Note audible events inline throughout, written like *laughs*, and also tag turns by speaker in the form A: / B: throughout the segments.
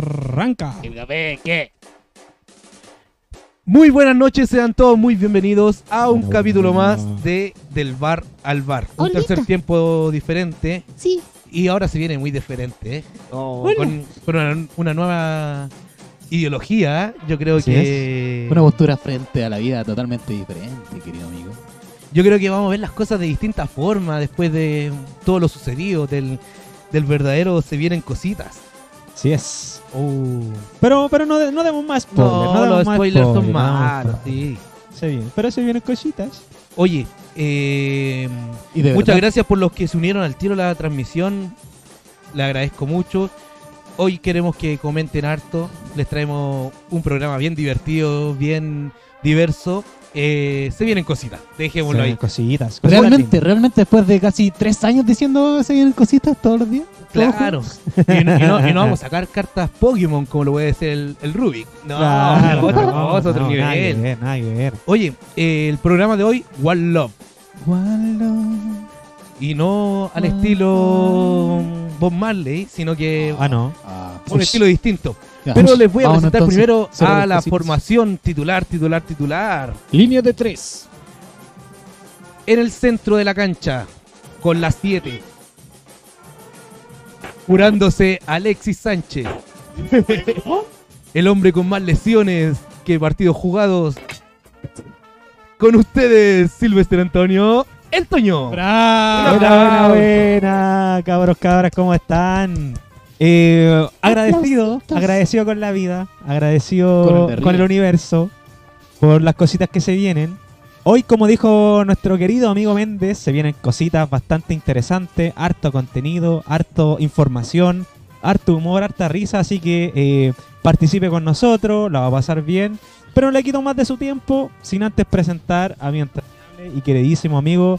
A: arranca.
B: ¿Qué?
C: Muy buenas noches, sean todos muy bienvenidos a un
A: Hola,
C: capítulo
A: hola.
C: más de Del Bar al Bar. Un
B: Olita.
C: tercer tiempo diferente
B: Sí.
C: y ahora se viene muy diferente. ¿eh?
A: Hola.
C: Con, con una, una nueva ideología, ¿eh? yo creo
A: Así
C: que...
D: Una postura frente a la vida totalmente diferente, querido amigo.
C: Yo creo que vamos a ver las cosas de distintas formas después de todo lo sucedido, del, del verdadero se vienen cositas.
A: Así es.
C: Oh.
A: Pero, pero no, de- no demos más spoiler.
C: No,
A: demos
C: los
A: más
C: spoilers son
A: spoiler, no demos
C: malos,
A: spoiler.
C: sí.
A: Se viene- Pero se vienen cositas.
C: Oye, eh,
D: Y de
C: muchas
D: verdad,
C: gracias por los que se unieron al tiro a la transmisión. Le agradezco mucho. Hoy queremos que comenten harto. Les traemos un programa bien divertido, bien diverso. Eh, se vienen cositas,
A: Se
C: dejémoslo
A: vienen
C: ahí.
A: cositas. cositas
D: Realmente,
A: lindas.
D: realmente después de casi tres años diciendo se vienen cositas todos los días. todos
C: Claro. Y no, y no- y
A: *laughs*
C: no vamos a sacar cartas Pokémon como lo puede decir el, el Rubik. No,
A: Claro,
C: otra
A: no,
C: cosa, *laughs* otro
A: no, Nada que
C: nivel.
A: ver, nada que ver.
C: Oye, eh, el programa de hoy, One Love.
D: juntos. Waldo.
C: Y no al estilo Bob Marley, sino que
A: Ah, no.
D: Ah,
C: un
D: uy,
C: estilo distinto.
D: ya.
C: Pero les voy a
D: Vámonos,
C: presentar
D: entonces.
C: primero
D: Cerramos
C: a la
D: cositas.
C: formación titular, titular, titular.
A: Línea de tres.
C: En el centro de la cancha, con las 7. Curándose Alexis Sánchez. El hombre con más lesiones que partidos jugados. Con ustedes, Silvestre Antonio. El Toño.
A: ¡Bravo! Buena,
C: Bravo.
A: buena, cabros, cabras, ¿cómo están? Eh, agradecido,
D: aplausos.
A: agradecido con la vida,
D: Con
A: agradecido
D: el de arriba.
A: con el universo, por las cositas que se vienen. Hoy, como dijo nuestro querido amigo Méndez, se vienen cositas bastante interesantes, harto contenido, harto información, harto humor, harta risa, así que eh, participe con nosotros, la va a pasar bien. Pero no le quito más de su tiempo, sin antes presentar a mi entrañable y queridísimo amigo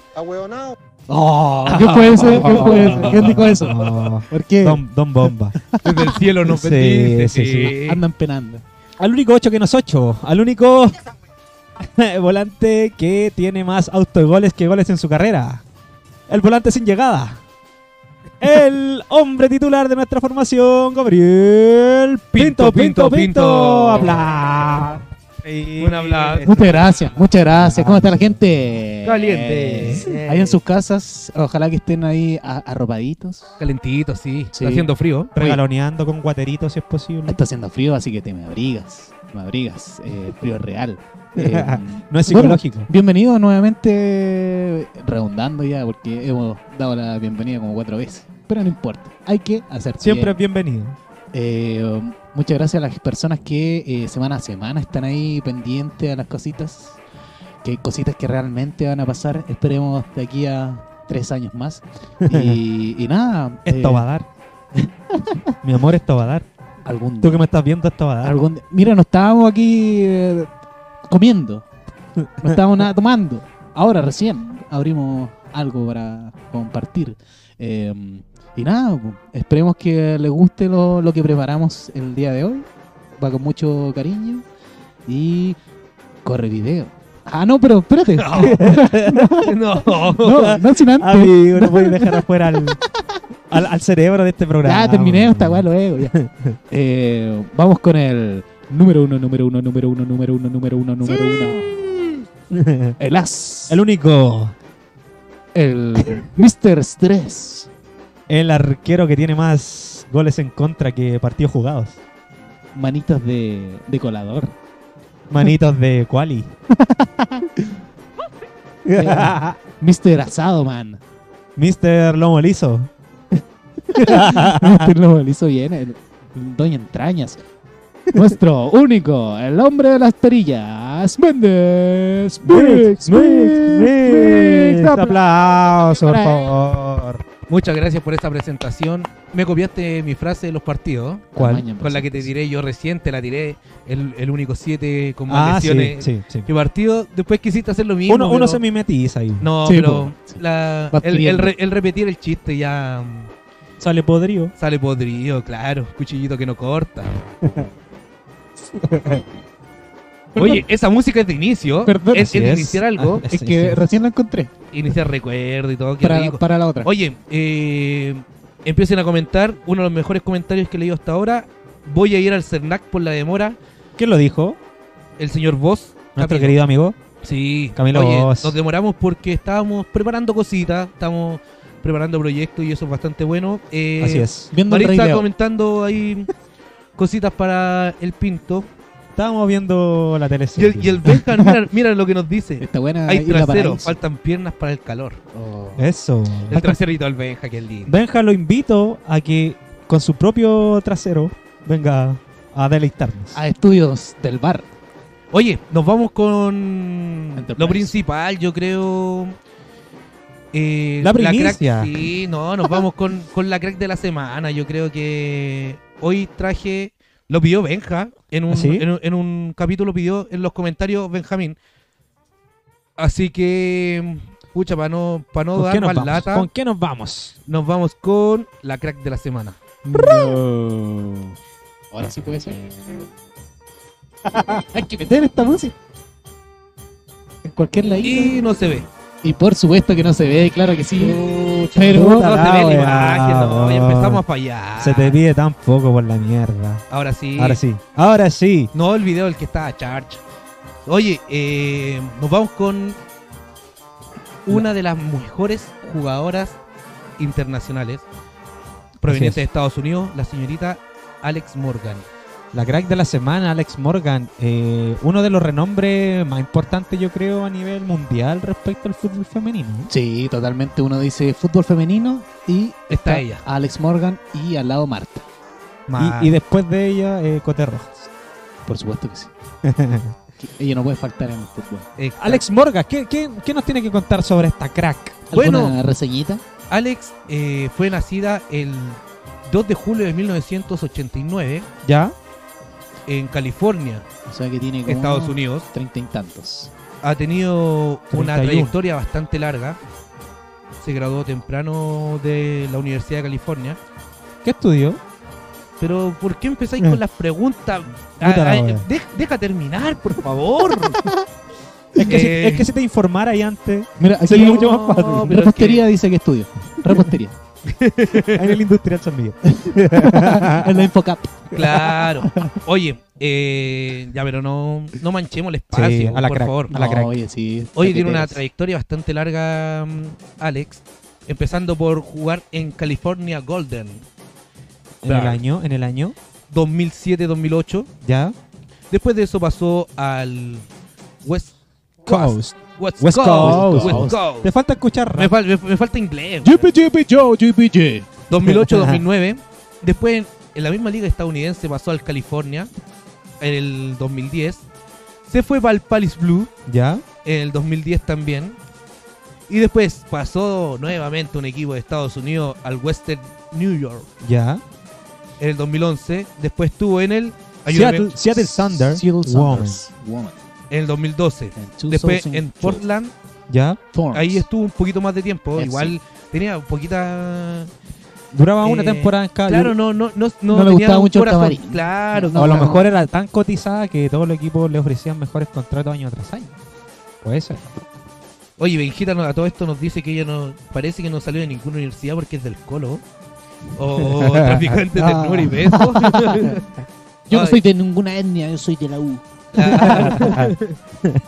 D: Oh, ¿Qué fue eso? ¿Qué
C: *laughs*
D: fue eso? ¿Quién dijo eso? ¿Por qué?
A: Don, Don Bomba.
C: Desde el cielo nos
A: Sí,
C: bendice.
A: sí,
C: eh.
A: sí.
D: Andan penando.
A: Al único 8 que nos 8. Al único *laughs* volante que tiene más autogoles que goles en su carrera. El volante sin llegada. El hombre titular de nuestra formación, Gabriel Pinto, Pinto, Pinto.
C: Pinto, Pinto.
A: Habla.
C: Un habla.
D: Muchas gracias, muchas gracias. ¿Cómo está la gente?
C: Caliente.
D: Sí. Ahí en sus casas, ojalá que estén ahí a- arropaditos.
C: Calentito, sí.
D: Sí.
C: Está haciendo frío. *laughs*
A: Regaloneando con guaterito si es posible.
D: Está haciendo frío, así que te me abrigas. Me abrigas. Eh, frío
A: *laughs*
D: real. Eh,
A: No es psicológico.
D: Bienvenidos nuevamente, redundando ya, porque hemos dado la bienvenida como cuatro veces. Pero no importa, hay que hacer
A: Siempre
D: bien.
A: es bienvenido.
D: Eh, muchas gracias a las personas que eh, semana a semana están ahí pendientes a las cositas. Que hay cositas que realmente van a pasar, esperemos de aquí a tres años más.
A: *laughs*
D: Y, y nada,
A: Esto
D: eh,
A: va a dar. Mi amor, esto va a dar.
D: algún
A: Tú que me estás viendo, esto va a dar.
D: Algún- Mira, no estábamos aquí eh, comiendo. No estábamos nada tomando. Ahora recién abrimos algo para compartir. Eh, y nada, po, esperemos que les guste lo, lo que preparamos el día de hoy. Va con mucho cariño. Y corre video. Ah, no, pero espérate. *laughs*
C: No.
D: No, no
A: Ah,
D: sin antes.
A: Amigo, no puedes dejar afuera al, *laughs* al, al cerebro de este programa.
D: Ya terminé esta weá luego. ya. Eh, vamos con el número uno, número uno, número uno, número uno, número uno, número uno. El as.
A: *laughs* El único,
D: el Mr. Stress.
A: el arquero que tiene más goles en contra que partidos jugados.
D: Manitas de, de colador.
A: Manitos de Quali.
D: Mr. Asado
C: *laughs*
D: Man.
A: Mister Lomo Liso.
D: Mr. Lo hizo bien. El, Doña Entrañas. Nuestro único, el hombre de las perillas, Méndez.
A: Mix,
D: Mix, Mix, Mix.
A: Aplauso, por favor.
C: Muchas gracias por esta presentación. Me copiaste mi frase de los partidos.
A: ¿Cuál?
D: Tamaño, pues,
C: Con la que te tiré yo recién, te la tiré el, el único 7 con más
A: Ah, sí,
C: lesiones.
A: sí, sí.
C: Que partido, después quisiste hacer lo mismo.
A: Uno, uno
C: pero-
A: se mimetiza ahí.
C: No,
D: Sí,
C: pero
D: po, sí.
C: la-
D: Va
C: el, el re-
D: adquiriendo.
C: el repetir el chiste ya mm,
A: Sale podrido.
C: sale podrido, claro. Cuchillito que no
A: *laughs*
C: corta. Oye, esa música es de inicio.
D: Perdón.
C: es,
A: Así
C: es de
A: es. *laughs*
C: iniciar algo.
A: Ah,
D: Es
A: sí,
D: que
A: sí.
D: recién lo encontré.
C: Iniciar recuerdo y todo. Qué
D: Para,
C: rico.
D: para la otra.
C: Oye, eh, empiecen a comentar. Uno de los mejores comentarios que he leído hasta ahora. Voy a ir al Cernac por la demora.
A: ¿Quién lo dijo?
C: El señor Vos.
A: Nuestro
C: Camilo.
A: querido amigo.
C: Sí,
A: Camilo
C: Oye,
A: Vos.
C: nos demoramos porque estábamos preparando cositas, estamos preparando proyectos y eso es bastante bueno. Eh,
A: Así es.
D: Viendo el
C: María está
D: traileo.
C: comentando
A: *laughs*
C: ahí cositas para el Pinto.
A: Estábamos viendo la
C: Y
A: televisión.
C: el, y
A: *laughs*
C: el Benja, mira, mira lo que nos dice.
D: Está
A: Ah,
D: buena
C: Hay
D: Isla
C: trasero,
D: Paraíso.
C: faltan piernas para el calor.
D: Oh.
A: Eso.
C: El traserito del Benja, que lindo.
A: Benja lo invito a que con su propio trasero venga a deleitarnos.
D: A estudios del bar.
C: Oye, nos vamos con
D: Enterprise.
C: lo principal, yo creo. Eh,
A: La
C: crack,
A: primicia.
C: sí, no, nos vamos con, con la crack de la semana. Yo creo que hoy traje, lo pidió Benja, en un,
A: ¿Ah, sí?
C: en, un- en un capítulo pidió en los comentarios Benjamín. Así que, pucha, para no, para no
A: ¿Con
C: dar
A: qué, nos
C: más
A: vamos?
C: lata,
A: ¿Con qué nos vamos?
C: nos vamos con la crack de la semana.
D: Ahora sí
C: *laughs*
D: puede ser. Hay que meter esta música. En cualquier ladito.
C: Y no se ve.
D: Y, por supuesto que no se ve, claro que sí. Pero
A: puta
C: no se ve la
A: la
C: imagen, no,
A: weá,
C: ya empezamos a
A: weón.
C: fallar.
A: Ah. Se te pide tan poco por la mierda.
C: Ahora sí.
A: Ahora sí. Ahora sí.
C: No, el video el que está a charge. Oye, eh, nos vamos con una de las mejores jugadoras internacionales provenientes
A: Así
C: de
A: es.
C: Estados Unidos, la señorita Alex Morgan.
A: La crack de la semana, Alex Morgan, eh, uno de los renombres más importantes yo creo a nivel mundial respecto al fútbol femenino.
D: Sí, totalmente. Uno dice fútbol femenino y
C: Está ella.
D: Alex Morgan y al lado Marta.
C: Ma-
A: Y, y después de ella, eh, Cote Rojas. *laughs*
D: Por supuesto que sí. Que Ella no puede faltar en el fútbol.
C: Exacto. Alex,
A: Alex Morgan, ¿qué, qué, qué nos tiene que contar sobre esta crack?
D: ¿Alguna
C: Bueno.
D: reseñita?
C: eh, fue nacida el 2 de julio de 1989
A: ¿Ya?
C: en California,
D: O sea que tiene como
C: Estados
A: Oh.
D: unos
C: Unidos.
D: Treinta y tantos.
C: ha tenido
A: 31.
C: una trayectoria bastante larga. Se graduó temprano de la Universidad de California.
A: ¿Qué estudió?
C: Pero, ¿por qué empezáis
A: Eh.
C: con las preguntas?
A: Puta la
C: Ah, ah,
A: wea.
C: de- deja terminar, por
A: *laughs*
C: favor.
A: Es que,
C: Eh.
A: si, es que si te informara ahí antes,
D: Mira, aquí
A: sería
D: hay-
A: mucho más
C: No,
A: fácil.
C: pero es
D: Repostería dice que estudio.
C: *laughs*
D: Repostería.
A: Ahí en el industrial San Miguel.
D: en la Infocap.
C: Claro. Oye, eh, ya, pero no, no manchemos el espacio,
A: Sí, a la
C: por
A: crack.
C: favor.
A: A la crack.
D: Oye, sí.
C: Oye, tiene una
D: trae
C: trayectoria bastante larga, mm, Alex. Empezando por jugar en California Golden
A: En el año, en el año,
C: 2007-2008.
A: ¿ya?
C: Después de eso pasó al West
A: Coast.
C: West,
A: West
C: Coast.
A: Coast.
C: West Coast.
A: Te falta escuchar
C: Me,
A: rap.
C: fal- me- me falta inglés. weón.
D: JPJ, Joe, JPJ.
C: 2008-2009. Después, en, en la misma liga estadounidense, pasó al California en el 2010. Se fue para el Palace Blue
A: ¿Ya?
C: en el 2010 también. Y después pasó nuevamente un equipo de Estados Unidos al Western New York
A: ¿Ya?
C: en el 2011. Después estuvo en el, ayúdame,
A: Seattle, Seattle Thunder.
D: Seattle
A: Woman.
D: Sounders. Woman.
C: en el 2012.
D: And two
C: Después
D: thousand
C: en
D: twelve.
C: Portland
A: ¿Ya?
D: Thorns.
C: Ahí estuvo un poquito más de tiempo.
D: Eso.
C: Igual tenía poquita.
A: Duraba una
C: Eh,
A: temporada en cada...
C: Claro, no, no, no, no,
D: No
C: tenía
D: le gustaba
C: un
D: mucho el
C: corazón.
D: camarín.
C: Claro,
D: No,
A: o a lo
D: claro.
A: mejor era tan cotizada que todos los equipos le ofrecían mejores contratos año tras año. Puede ser.
C: Oye, Benjita, no, a todo esto nos dice que ella no. Parece que no salió de ninguna universidad porque es del Colo. O traficante de
D: Ah.
C: ternura y besos.
D: Yo no
C: Ay.
D: soy de ninguna etnia, yo soy de la U.
C: Ah.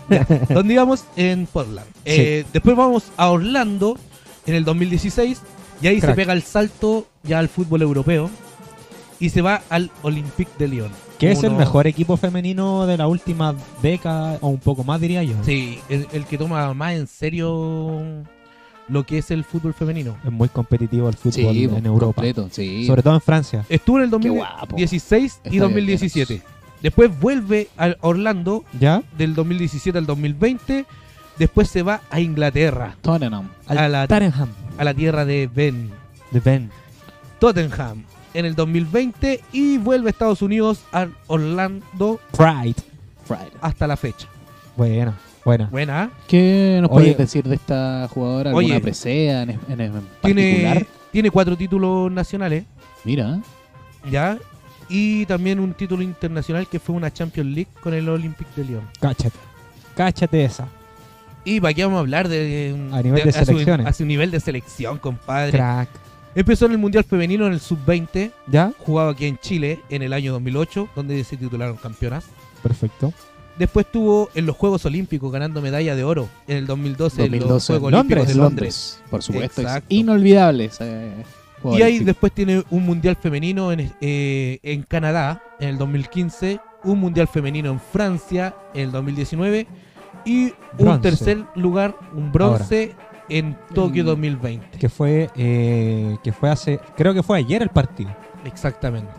C: Ya, ¿Dónde íbamos? En Portland. Eh, después vamos a Orlando en el 2016 y ahí se
A: Crack.
C: pega el salto ya al fútbol europeo y se va al Olympique de Lyon.
A: Que es el
C: Uno-
A: mejor equipo femenino de la última década o un poco más, diría yo.
C: Sí, el, el que toma más en serio lo que es el fútbol femenino.
A: Es muy competitivo el fútbol
D: pues,
A: en Europa.
D: completo, sí.
A: Sobre todo en Francia.
C: Estuvo en el
D: Qué guapo.
C: 2016 y
D: Está
C: 2017.
D: bien,
C: Después vuelve a Orlando
A: ¿Ya?
C: del 2017 al 2020. Después se va a Inglaterra,
D: Tottenham.
C: a la,
A: Tottenham.
C: a la tierra de Ben
A: De Ben.
C: Tottenham en el 2020 y vuelve a Estados Unidos a Orlando
A: Pride.
D: Friday.
C: hasta la fecha.
A: Buena, buena.
C: Buena.
D: ¿Qué nos
A: Oye.
D: puedes decir de esta jugadora? ¿Alguna
C: Oye.
D: presea en, en- en particular?
C: Tiene, tiene cuatro títulos nacionales.
D: Mira, ¿eh?
C: ¿ya? Y también un título internacional que fue una Champions League con el Olympic de Lyon.
A: Cáchate. Cáchate esa.
C: Y para qué vamos a hablar de,
A: A nivel de
C: su-
A: selecciones.
C: a su nivel de selección, compadre.
A: Crack.
C: Empezó en el Mundial Femenino en el Sub-20,
A: ¿Ya?
C: jugado aquí en Chile en el año 2008, donde se titularon campeonas.
A: Perfecto.
C: Después estuvo en los Juegos Olímpicos ganando medalla de oro en el 2012, en los
D: 2012,
C: Juegos
A: Londres,
C: Olímpicos de Londres.
D: Londres, por supuesto. es
C: Exacto.
D: Inolvidable ese juego
C: Y ahí
D: olímpico.
C: después tiene un mundial femenino en, eh, en Canadá en el 2015, un mundial femenino en Francia en el 2019 y un
A: Bronce.
C: tercer lugar, un bronce en Tokio
D: Mm.
C: 2020.
A: Que fue, eh, que fue hace, creo que fue ayer el partido.
C: Exactamente.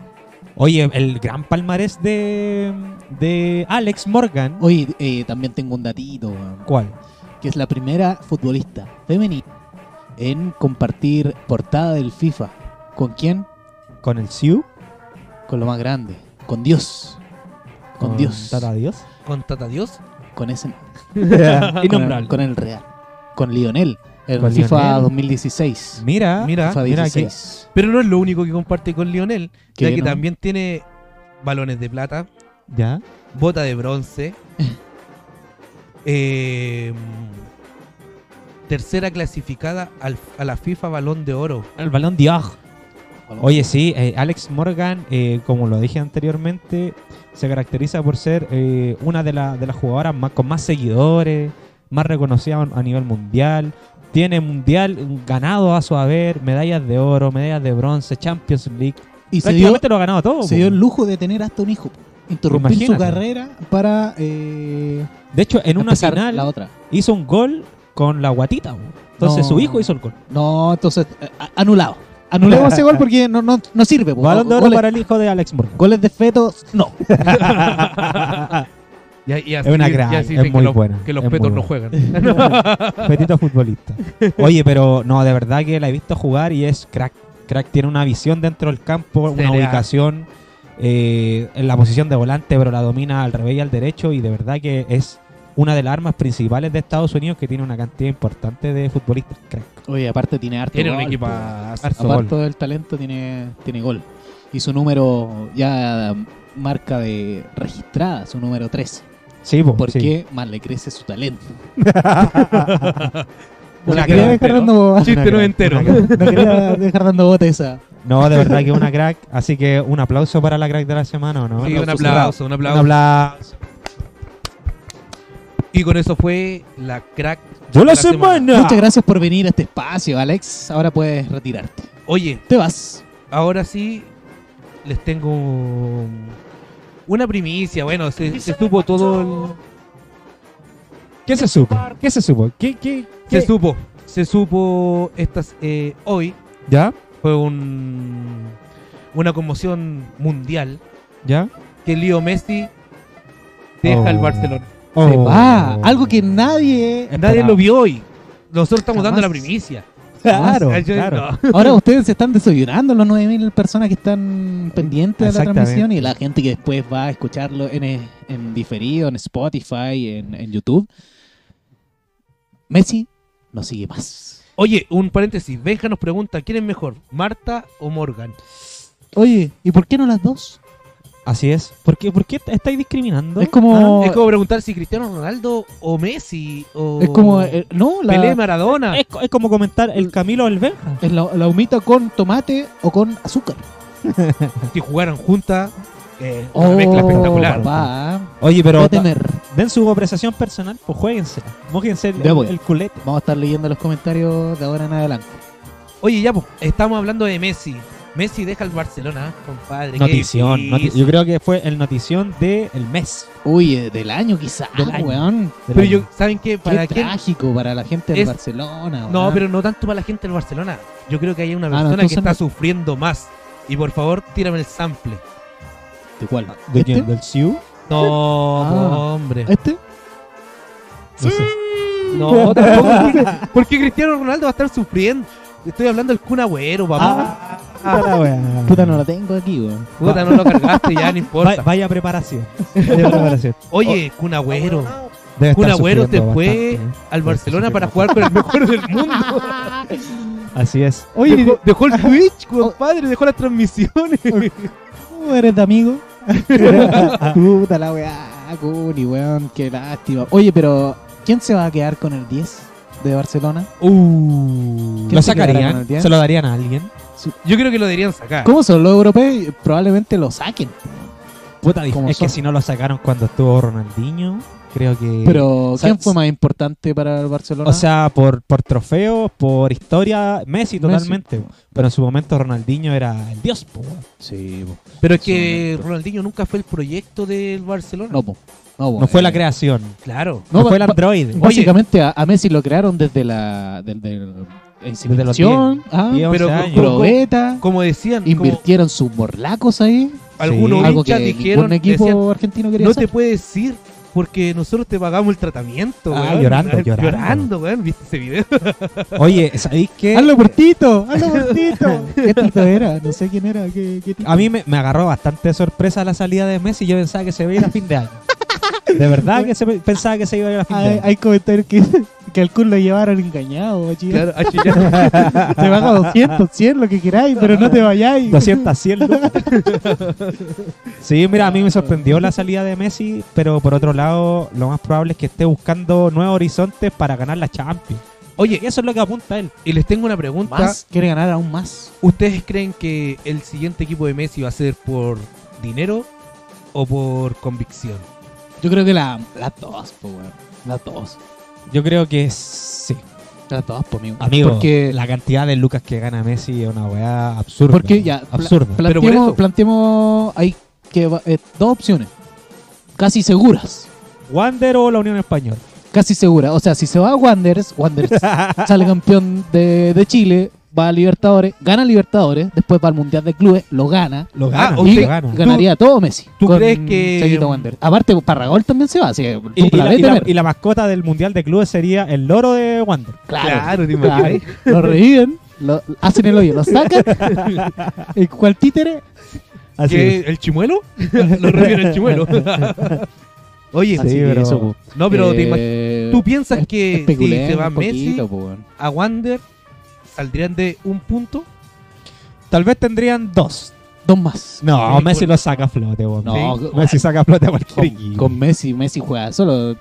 A: Oye, el gran palmarés de, de Alex Morgan.
D: Oye, eh, también tengo un datito, weón,
A: ¿Cuál?
D: que es la primera futbolista femenina en compartir portada del FIFA. ¿Con quién?
A: ¿Con el Siu?
D: Con lo más grande, con Dios. Con, Dios.
A: Tata Dios.
C: Con Tata Dios.
A: *laughs*
D: Con ese
A: Innombrable.
D: *laughs* Con el, con el Real. Con Lionel. El
A: Con
D: FIFA
A: Lionel.
D: 2016.
A: Mira,
C: Mira.
D: FIFA
A: mira que-
D: 16.
C: Pero no es lo único que comparte con Lionel, ya
D: Que
C: que
D: no.
C: también tiene balones de plata,
A: ya.
C: bota
A: *laughs*
C: de bronce, eh, tercera clasificada al- a la FIFA Balón de Oro.
A: El balón de Oro. Oye, sí, eh, Alex Morgan, eh, como lo dije anteriormente, se caracteriza por ser eh, una de, la- de las jugadoras más, con más seguidores, más reconocida a nivel mundial. Tiene mundial ganado a su haber, medallas de oro, medallas de bronce, Champions League.
D: y se dio,
A: Prácticamente lo ha ganado todo. po.
D: se dio el lujo de tener hasta un hijo. po. Interrumpir su
A: Imagínate.
D: carrera para eh,
A: De hecho, en una
D: empezar
A: final
D: la otra.
A: hizo un gol con la guatita. po. Entonces
D: No.
A: su hijo hizo el gol.
D: No, entonces, eh, a- anulado.
A: *laughs*
D: Anulemos ese gol porque no, no, no sirve. po.
A: Balón de oro
D: goles,
A: para el hijo de Alex Morgan.
D: goles de fetos, no.
C: Y, a- y así,
A: Es una
C: y
A: gran,
C: así
A: es
C: dicen
A: muy
C: que los,
A: buena,
C: que los
A: es muy
C: petos no
A: buena.
C: juegan.
A: *laughs* Petito *laughs* futbolista. Oye, pero no, de verdad que la he visto jugar y es crack. Crack tiene una visión dentro del campo, una
C: Será.
A: ubicación eh, en la posición de volante, pero la domina al revés y al derecho. Y de verdad que es una de las armas principales de Estados Unidos que tiene una cantidad importante de futbolistas crack.
D: Oye, aparte tiene harto
C: Tiene un
D: gol,
C: equipo
D: po.
A: Harto
D: Aparte
A: gol.
D: del talento, tiene, tiene gol. Y su número ya marca de registrada, su número 13.
A: Sí, po,
D: Porque
A: sí.
D: más le crece
A: *laughs*
D: su talento?
C: Una
D: No quería
C: gran,
D: dejar
C: pero-
D: dando,
C: Chiste
A: Una
C: no
A: crack,
C: entero.
A: una crack.
D: no quería dejar dando bote esa.
A: *laughs* No, de verdad que una crack. Así que un aplauso para la crack de la semana, ¿o ¿no?
C: Sí, un
A: cerrado.
C: aplauso, un aplauso.
A: Un aplauso.
C: Y con eso fue la crack.
A: ¡Yo la
C: La semana.
A: semana!
D: Muchas gracias por venir a este espacio, Alex. Ahora puedes retirarte.
C: Oye,
D: Te vas.
C: ahora sí les tengo una primicia. Bueno, se, se supo todo. el-
A: ¿Qué se supo? ¿Qué se supo? ¿Qué, qué, qué?
C: Se supo. Se supo estas eh, hoy.
A: ¿Ya?
C: Fue un una conmoción mundial
A: ¿Ya?
C: que Leo Messi deja
A: Oh.
C: el Barcelona.
A: Oh.
D: Se va. Ah, Algo que nadie.
C: Nadie lo vio hoy. Nosotros estamos dando la
D: Jamás. Oh,
C: primicia.
A: *laughs* Claro,
C: Ayer
A: claro.
C: no.
D: Ahora ustedes se están desayunando los 9000 personas que están pendientes de la
A: Exactamente.
D: transmisión y la gente que después va a escucharlo en, e, en diferido, en Spotify, en, en YouTube. Messi no sigue más.
C: Oye, un paréntesis. Benja nos pregunta, ¿quién es mejor, Marta o Morgan?
D: Oye, ¿y por qué no las dos?
A: Así es. ¿Por qué, por qué estáis discriminando?
D: Es como.
C: Ah, Es como preguntar si Cristiano Ronaldo o Messi o
D: Es como. eh, no, la, Eh.
C: Pelé Maradona.
A: Es, co- es como comentar el Camilo o el Benja.
D: es la, la humita con tomate o con azúcar.
C: Si jugaran juntas, eh,
D: Oh,
C: una mezcla espectacular.
D: papá.
A: Oye, pero
D: Qué temer.
A: den su apreciación personal, pues jueguense. Mójense el,
D: Ya voy.
A: el culete.
D: Vamos a estar leyendo los comentarios de ahora en adelante.
C: Oye, ya, pues, estamos hablando de Messi. Messi deja el Barcelona, compadre. qué
A: Notición.
C: difícil.
A: noti- yo creo que fue el notición del mes.
D: Uy, eh, del año quizás,
A: Del año.
D: weón.
A: del
C: Pero
A: año.
C: yo, ¿saben qué? ¿Para
D: Qué
C: quién?
D: trágico para la gente de
C: Es-
D: Barcelona.
C: No,
D: weón.
C: pero no tanto para la gente del Barcelona. Yo creo que hay una
D: Ah, no,
C: persona que
D: entonces
C: está
D: me-
C: sufriendo más. Y por favor, tírame el sample.
D: ¿De cuál?
A: ¿De
D: ¿Este?
A: quién? ¿Del Siu?
D: *laughs*
C: No,
D: Ah.
C: hombre.
D: ¿Este?
A: No sé.
D: *laughs*
C: No, tampoco. porque- Porque Cristiano Ronaldo va a estar sufriendo. Estoy hablando del Kun Agüero, papá.
D: Ah.
A: Ah, la wea.
D: Puta, no lo tengo aquí, weón.
C: Puta, no lo cargaste, ya no
A: Va-
D: *laughs*
C: importa.
A: vaya preparación. *laughs* Vaya preparación.
C: Oye,
D: oh,
C: Kun Agüero.
A: Debe
C: Kun
A: estar
C: Agüero se
A: sufriendo
C: fue
A: bastante, ¿eh?
C: al Barcelona
A: sufriendo
C: para jugar con el mejor del mundo.
A: ¿eh? Así es.
C: dejó, dejó
D: *laughs*
C: el Twitch,
D: oh.
C: compadre, dejó las transmisiones.
D: ¿Tú eres de amigo? *laughs* Puta la weá, Cuni, weón, qué lástima. Oye, pero ¿quién se va a quedar con el 10 de Barcelona.
A: Uh,
D: ¿Quién
A: ¿Lo
D: se quedará con
A: sacarían?
D: el diez?
A: ¿Se lo darían a alguien?
C: Yo creo que lo deberían sacar.
D: ¿Cómo son los europeos? Probablemente lo saquen.
A: Puta,
D: ¿Cómo
A: es
D: son?
A: que si no lo sacaron cuando estuvo Ronaldinho, creo que...
D: Pero,
A: O sea,
D: ¿quién fue más importante para el Barcelona?
A: O sea, por, por trofeos, por historia, Messi
D: Messi.
A: totalmente. Pero en su momento Ronaldinho era el dios, po. weón.
D: Sí, po.
C: Pero es
D: Sí,
C: que
D: momento.
C: Ronaldinho nunca fue el proyecto del Barcelona.
D: no, po. No, po.
A: No fue
D: Eh,
A: la creación,
C: Claro.
A: no,
D: No,
A: fue el
D: ba- ba-
A: androide.
C: Oye.
D: Básicamente a, a Messi lo crearon desde la, desde la inseminación, ah,
A: 10, 11
C: pero-
A: años.
C: pero-
D: probeta,
C: Como decían, como
D: invirtieron sus morlacos ahí,
C: algunos
A: Sí.
D: algo que
C: hinchas dijeron,
D: ningún equipo
C: decían,
D: argentino quería
C: no te
D: hacer.
C: puedes ir porque nosotros te pagamos el tratamiento.
A: Ah,
C: weón".
A: llorando,
C: Ah,
A: llorando.
C: Llorando, weón. ¿Viste ese
D: *laughs*
C: video?
A: Oye, ¿sabéis qué?
D: Hazlo cortito, hazlo *laughs* cortito. ¿Qué tito era? No sé quién era. ¿qué, qué tito?
A: A mí me, me agarró bastante de sorpresa la salida de Messi. Yo pensaba que se iba a ir a fin de año. De verdad que se, pensaba que se iba a ir a fin de
D: Ah, hay,
A: año.
D: hay comentarios que, *laughs* que al Kun lo llevaron engañado.
C: *laughs*
D: chico.
C: Claro, ah, chucha.
D: Te
A: *laughs*
D: pago *laughs* 200, 100, lo que queráis, pero no te vayáis.
A: 200, 100 lucas. Sí, mira, a mí me sorprendió la salida de Messi, pero por otro lado, lo más probable es que esté buscando nuevos horizontes para ganar la Champions.
C: Oye,
A: Y eso es lo que apunta él.
C: y les tengo una pregunta.
D: Más, quiere ganar aún más.
C: ¿Ustedes creen que el siguiente equipo de Messi va a ser por dinero o por convicción?
D: Yo creo que la, la tos, po, weón. La tos.
A: Yo creo que sí.
D: La tos, po, amigo.
A: Amigo,
D: Porque,
A: la cantidad de lucas que gana Messi es una weá absurda.
D: porque ya. pla-
A: absurda.
C: Pero por
D: Planteemos,
C: eso.
D: planteemos ahí que va- eh, dos opciones. Casi seguras.
A: Wander o la Unión Española.
D: Casi seguras. O sea, si se va a Wanderers,
C: *laughs*
D: Wanderers sale campeón de, de Chile, va a Libertadores, gana Libertadores, después va al Mundial de Clubes, lo gana.
A: Lo
C: Oh, gana,
A: gana,
C: usted-
A: lo gana.
D: Ganaría todo Messi.
C: tú
D: con
C: crees que-
D: Chaquito Wanderers. Aparte, Parragol también se va. Así que
A: Y, y
D: dupla
A: la,
D: vez
A: y
D: de
A: la-
D: Mer.
A: y la mascota del Mundial de Clubes sería el loro de Wander.
D: Claro,
C: ¿te
D: claro.
C: imaginas?
D: Lo reviven, lo, hacen el hoyo,
C: *laughs*
D: lo sacan. ¿Y cuál títere?
A: Así
C: ¿Qué?
A: es.
C: ¿El chimuelo? *laughs* Lo refiero el
D: *laughs*
C: chimuelo. Oye,
A: Sí,
D: Así que
A: pero-
D: eso, po.
C: no, pero te
D: Eh,
C: imag- ¿tú piensas que si
D: especulemos
C: se va
D: un
C: Messi
D: poquito, po, weón.
C: a Wander, saldrían de un punto?
A: Tal vez tendrían dos.
D: Dos más.
A: No,
C: Sí,
A: Messi
C: por-
A: lo saca a flote, weón.
D: No,
A: Sí.
D: con-
A: Messi saca a flote a cualquier
D: Con,
A: equipo.
D: con Messi, Messi juega solo.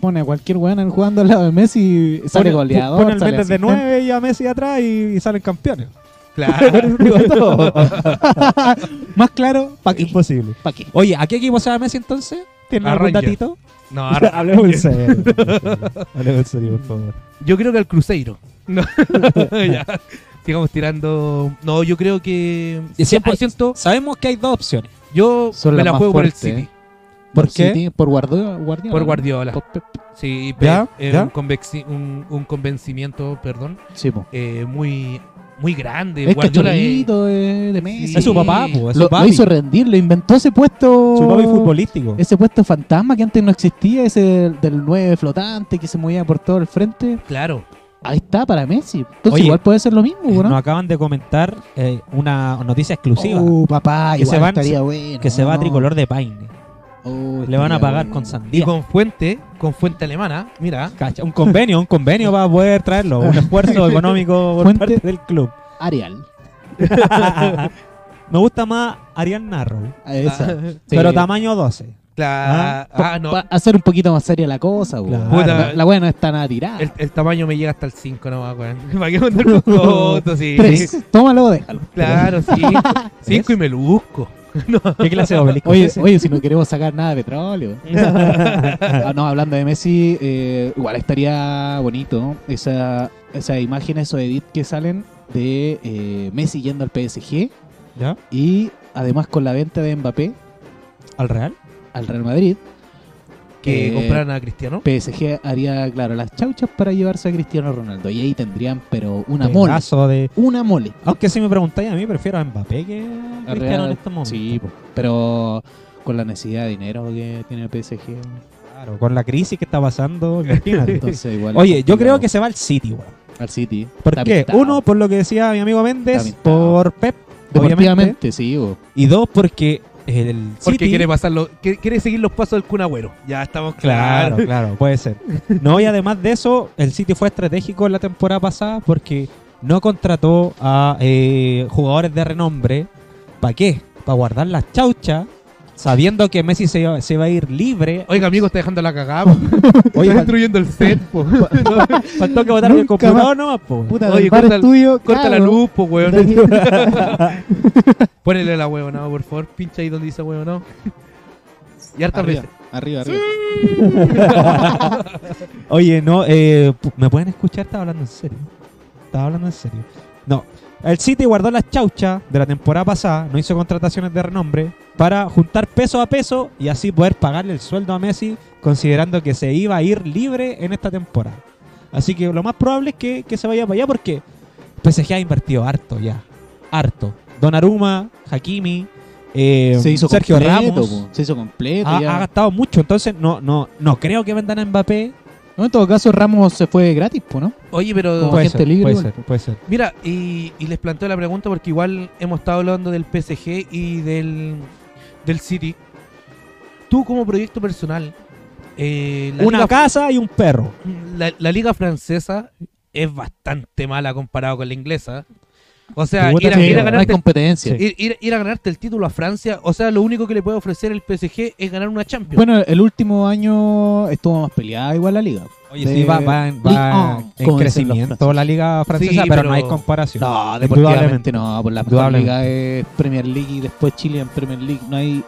D: Pone a cualquier weón jugando al lado de Messi, sale
A: Pon-
D: goleador.
A: pon el
D: sale
A: Méndez de
D: asistente.
A: nueve y a Messi atrás y, y salen *laughs* campeones.
D: *laughs*
C: Claro.
A: *laughs*
D: Más claro, ¿para qué?
A: Imposible.
D: ¿Para qué?
A: Oye, ¿a qué equipo se va Messi entonces? ¿Tienen
C: A
A: algún
C: Rangers.
A: datito?
C: No, ahora-
A: *laughs* Hablemos en serio. Hablemos en serio, por favor.
C: yo creo que al Cruzeiro. No. *laughs* Ya. Sigamos tirando. No, yo creo que
A: Y si hay-
C: 100%
A: Sabemos que hay dos opciones.
C: yo
D: Son
C: me
D: las
C: la
D: más
C: juego por el
D: fuertes,
C: City.
D: ¿eh?
A: ¿Por qué?
D: City, por Guardiola. Guardiola.
C: Por Guardiola.
D: Por Pep.
C: Sí,
A: Ya,
C: pe- eh,
A: ya.
C: Un, convexi- un- un convencimiento, perdón,
D: Sí, po.
C: eh, muy, muy grande.
D: Es
C: Guardiola es-
D: cachorrito eh, de Messi.
C: Sí.
A: Es su papá, po, es
D: Lo,
A: su
D: lo
A: papi.
D: hizo rendir, lo inventó ese puesto.
A: Su papi futbolístico.
D: Ese puesto fantasma que antes no existía, ese del, del 9 flotante que se movía por todo el frente.
C: claro.
D: Ahí está para Messi. Entonces
A: Oye,
D: igual puede ser lo mismo,
A: Nos
D: ¿no?
A: acaban de comentar eh, una noticia exclusiva.
D: Uh, papá,
A: Que
D: igual
A: se van-
D: estaría bueno.
A: que se va a
D: ¿no?
A: tricolor de paine.
D: Oh,
A: Le van a
D: estaría
A: pagar
D: bueno.
A: con
C: Y
A: sandía.
C: con fuente, con fuente alemana, mira.
A: Cacha, un convenio, un convenio para poder traerlo. *laughs* Un esfuerzo económico por
D: Fuente.
A: parte del club.
D: Arial.
A: *laughs* Me gusta más Ariel Narrow,
D: a esa.
C: Ah,
D: Sí.
A: pero tamaño 12.
C: la-
D: Pa-
C: ah, no.
D: pa- hacer un poquito más seria la cosa, weón.
A: Claro.
C: Puta.
D: La- La weá no está nada tirada.
C: El, el tamaño me llega hasta el 5 nomás, weón. *laughs* ¿Para qué mandar con fotos? Sí.
D: Tres,
C: *laughs*
D: tómalo, déjalo.
C: Claro, *laughs* sí. 5 y me lo busco.
A: ¿Qué clase de
D: *laughs*
A: obelisco
D: Oye,
A: es ese?
D: oye, si no queremos sacar nada
A: *laughs*
D: de petróleo. Ah, no, hablando de Messi, eh, igual estaría bonito ¿no? esa, esa imagen, esos edits que salen de eh, Messi yendo al PSG
A: ¿Ya?
D: y además con la venta de Mbappé
A: ¿Al Real?
D: al Real Madrid,
C: Que
D: Eh,
C: compraran a Cristiano.
D: PSG haría, claro, las chauchas para llevarse a Cristiano Ronaldo y ahí tendrían, pero una mole.
A: Pedazo de...
D: Una mole.
A: Aunque si me preguntáis a mí, prefiero a Mbappé que a Cristiano en
D: Al
A: este
D: Real,
A: estos momentos.
D: Sí, po, pero con la necesidad de dinero que tiene el PSG.
A: Claro, con la crisis que está pasando,
D: *laughs*
A: imagínate.
D: Entonces, igual
A: Oye, yo creo que
D: complicado.
A: se va al City, weón.
D: al City.
A: ¿Por
D: Está
A: qué?
D: pintado.
A: Uno, por lo que decía mi amigo
D: Está
A: Méndez,
D: pintado.
A: por Pep, obviamente.
D: deportivamente, sí, po.
A: Y dos, porque el
C: Porque
A: City...
C: quiere pasarlo, que- quiere seguir los pasos del Cunagüero. Ya estamos
A: Claro,
C: claros.
A: clalaro, puede ser. No, y además de eso, el City fue estratégico en la temporada pasada porque no contrató a eh, jugadores de renombre. ¿Para qué? Para guardar las chauchas sabiendo que Messi se, iba- se va a ir
C: *laughs*
A: libre.
C: Oiga, amigo, está dejando la cagada. po.
A: Oye, fal-
C: está destruyendo el set. po. *laughs* No,
A: faltó que votaron el
D: Nunca
A: computador nomás, po.
D: Puta,
C: Oye,
D: del bar
C: corta-
D: estudio,
C: Corta la
D: cago. *laughs*
C: luz, po, weón.
D: Daniel,
C: Ponele la huevonao, por favor. Pincha ahí donde dice huevonao. Y hartas *laughs*
D: arriba,
C: veces.
D: arriba, arriba.
A: Oye, no, eh, pu- ¿me pueden escuchar? Estaba hablando en serio. Estaba hablando en serio. No. El City guardó las chauchas de la temporada pasada, no hizo contrataciones de renombre, para juntar peso a peso y así poder pagarle el sueldo a Messi, considerando que se iba a ir libre en esta temporada. Así que lo más probable es que, que se vaya para allá porque PSG ha invertido harto ya. Harto. Donnarumma, Hakimi, eh,
D: Se hizo
A: Sergio
D: completo,
A: Ramos. Ah,
D: po. Se hizo completo.
A: Ha,
D: ya.
A: ha gastado mucho, entonces no, no, no creo que vendan a Mbappé
D: No, en todo caso, Ramos se fue gratis, po, ¿no?
C: Oye, pero.
D: Como Pues- agente libre,
A: puede
D: igual.
A: ser, puede ser.
C: Mira, y, y les planteo la pregunta porque igual hemos estado hablando del PSG y del, del City. Tú, como proyecto personal, eh, la
A: Una
C: liga-
A: casa y un perro.
C: la, la liga francesa es bastante mala comparado con la inglesa. O sea,
A: Puta
C: ir a,
A: que-
C: ir
A: no
C: a
D: no hay
C: ganarte,
D: competencia.
C: ir- ir- ir a ganarte el título a Francia, o sea, lo único que le puede ofrecer el PSG es ganar una Champions.
D: Bueno, el último año estuvo más peleada igual la liga.
A: Oye,
D: De-
A: sí, va, va en- va en
D: Ligue 1, como dicen ah, los
A: crecimiento la liga francesa,
C: Sí,
A: pero,
C: pero-
A: no hay comparación.
D: No,
A: Indudablemente.
D: deportivamente no, por la mejor
A: Indudablemente.
D: liga es Premier League y después Chile en Premier League. No hay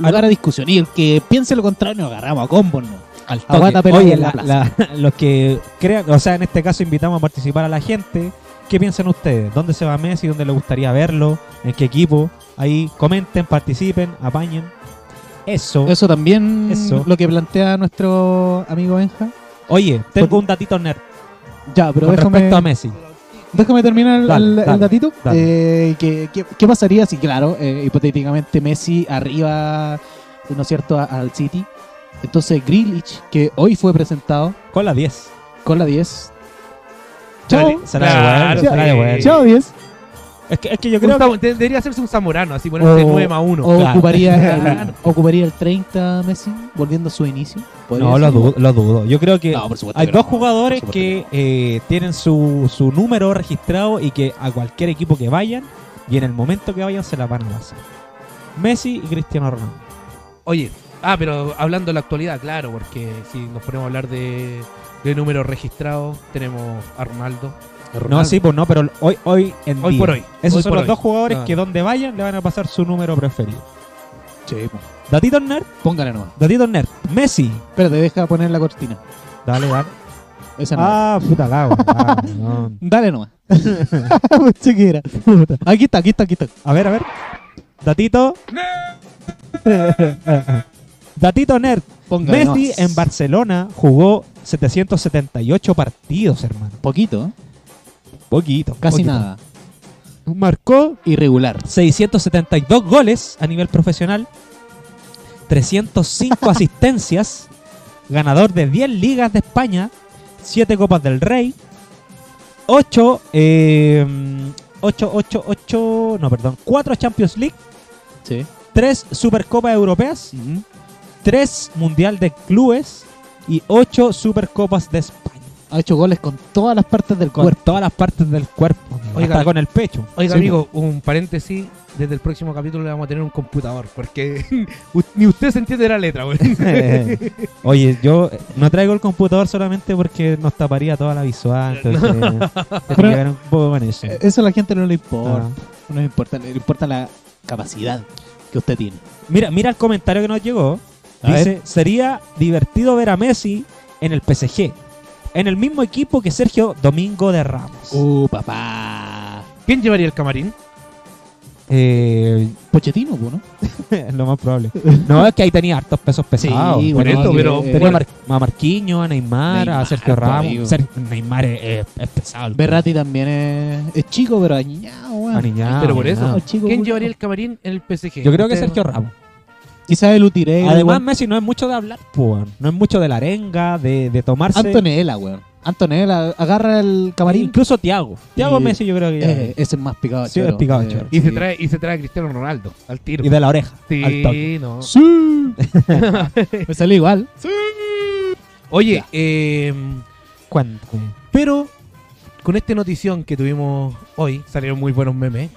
D: lugar a discusión. Y el que piense lo contrario, nos agarramos a combos, ¿no?
A: Al
D: toque. Aguanta, pero
A: Oye,
D: en la
A: la-
D: plaza.
A: la- los que crean, o sea, en este caso invitamos a participar a la gente. ¿Qué piensan ustedes? ¿Dónde se va Messi? ¿Dónde les gustaría verlo? ¿En qué equipo? Ahí comenten, participen, apañen. Eso.
D: Eso también
A: Eso.
D: lo que plantea nuestro amigo Benja.
A: Oye, tengo
D: Por-
A: un datito nerd
D: Ya, pero
A: con
D: déjame,
A: respecto a Messi.
D: déjame terminar el,
A: Dale,
D: el- el
A: dale,
D: datito.
A: dale.
D: Eh, ¿qué, qué, qué pasaría si, claro, eh, hipotéticamente Messi arriba, ¿no es cierto?, a- al City. Entonces Grealish, que hoy fue presentado
A: Con la 10.
D: con la 10. Chao.
A: Se la devuelvo,
C: Claro,
A: se la
C: sí.
A: devuelvo.
D: Chao, 10.
A: Es que, es que yo
C: Un
A: creo que
C: Zamo- de- Debería hacerse un zamorano, así ponerse
D: O-
C: 9 a 1.
D: O
A: claro.
D: ocuparía, el,
A: *laughs*
C: Claro.
D: ocuparía el 30 Messi, volviendo a su inicio. Podría
A: No,
D: ser
A: lo
D: igual.
A: dudo, lo dudo. Yo creo que
D: No, por supuesto
A: hay
D: que
A: dos
D: no,
A: jugadores
D: por supuesto
A: que eh, tienen su, su número registrado y que a cualquier equipo que vayan y en el momento que vayan se la van a pasar. Messi y Cristiano Ronaldo.
C: Oye, ah, pero hablando de la actualidad, claro, porque si nos ponemos a hablar de, de números registrados, tenemos a Ronaldo.
A: No, sí, pues no, pero hoy, hoy en
C: Hoy
A: día.
C: por hoy.
A: Esos
C: hoy
A: son
C: por
A: los
C: hoy.
A: dos jugadores
C: Ah.
A: que donde vayan le van a pasar su número preferido.
D: Sí, po.
A: Datito nerd,
D: póngale nomás.
A: datito nerd. Messi.
D: Espérate, deja poner la cortina.
A: Dale,
C: *laughs*
A: dale.
D: Esa no.
A: Ah, puta la weá, no. *laughs*
D: Dale nomás. Pensé que era. Aquí está, aquí está, aquí está.
A: A ver, a ver. Datito. datito nerd.
D: Póngale
A: Messi
D: nomás.
A: en Barcelona jugó 778 partidos, hermano.
D: Poquito, ¿eh?
A: Poquito.
D: casi
A: poquito.
D: nada.
A: Marcó
D: Irregular.
A: 672 goles a nivel profesional,
D: *laughs*
A: 305 asistencias, ganador de 10 ligas de España, 7 Copas del Rey, 8, eh, 8, 8, 8, no, perdón, 4 Champions League,
D: Sí.
A: 3 Supercopas Europeas, 3 Mundial de Clubes y 8 Supercopas de España.
D: Ha hecho goles con todas las partes del
A: con
D: cuerpo.
A: todas las partes del cuerpo, amigo,
C: Oiga.
A: hasta con el pecho.
C: Oiga,
D: Sí,
C: amigo,
A: pues.
C: un paréntesis. Desde el próximo capítulo le vamos a tener un computador, porque *laughs* u- ni usted se entiende la letra, güey.
A: *laughs*
C: *laughs*
A: Oye, yo eh, no traigo el computador solamente porque nos taparía toda la visual, entonces tengo que ver un poco con eso.
D: Eh, Eso a la gente no le importa.
A: Ah.
D: No le importa, le importa la capacidad que usted tiene.
A: Mira, mira el comentario que nos llegó.
D: A
A: Dice, sería divertido ver a Messi en el PSG, en el mismo equipo que Sergio Domingo de Ramos.
D: Uh, papá.
C: ¿Quién llevaría el camarín?
A: Eh, *laughs*
D: Pochettino, po, ¿no?
A: lo más probable. No, es que ahí tenía hartos pesos pesados.
D: Sí,
A: Tenía-
C: esto,
D: que-
C: pero-
D: Ah, eh,
A: Tenía a Mar- a Marquinhos, a Neymar, a
D: Neymar,
A: Sergio
D: amigo.
A: Ramos. Ser- Neymar es, es- es pesado. el
D: Berratti también es, es chico, pero añado, weón.
A: Aniñado,
C: Pero por eso. este
A: aniñado.
D: Es chico,
C: ¿Quién
D: weón.
C: llevaría el camarín en el PSG?
A: Yo creo que
C: Usted-
A: Sergio Ramos.
D: Quizás el Utirey.
A: Además, Messi no es mucho de hablar, po, weón. no es mucho de la arenga, de, de tomarse. Eh,
D: Antonella, weón. Antonella, agarra el camarín.
A: Incluso Tiago. Tiago
D: Eh,
A: Messi, yo creo que. ya-
D: Eh, ese es más picado de
A: Sí, es
D: choro.
A: picado de
D: Eh,
A: choro.
C: Y, se
D: sí.
C: trae, y se trae a Cristiano Ronaldo al tiro.
A: y de la oreja. al toque.
C: Sí, no.
D: ¡Sí! Me salió igual.
C: Oye,
D: Ya.
C: eh,
A: Cuéntame.
C: Pero con esta notición que tuvimos hoy, salieron muy buenos memes.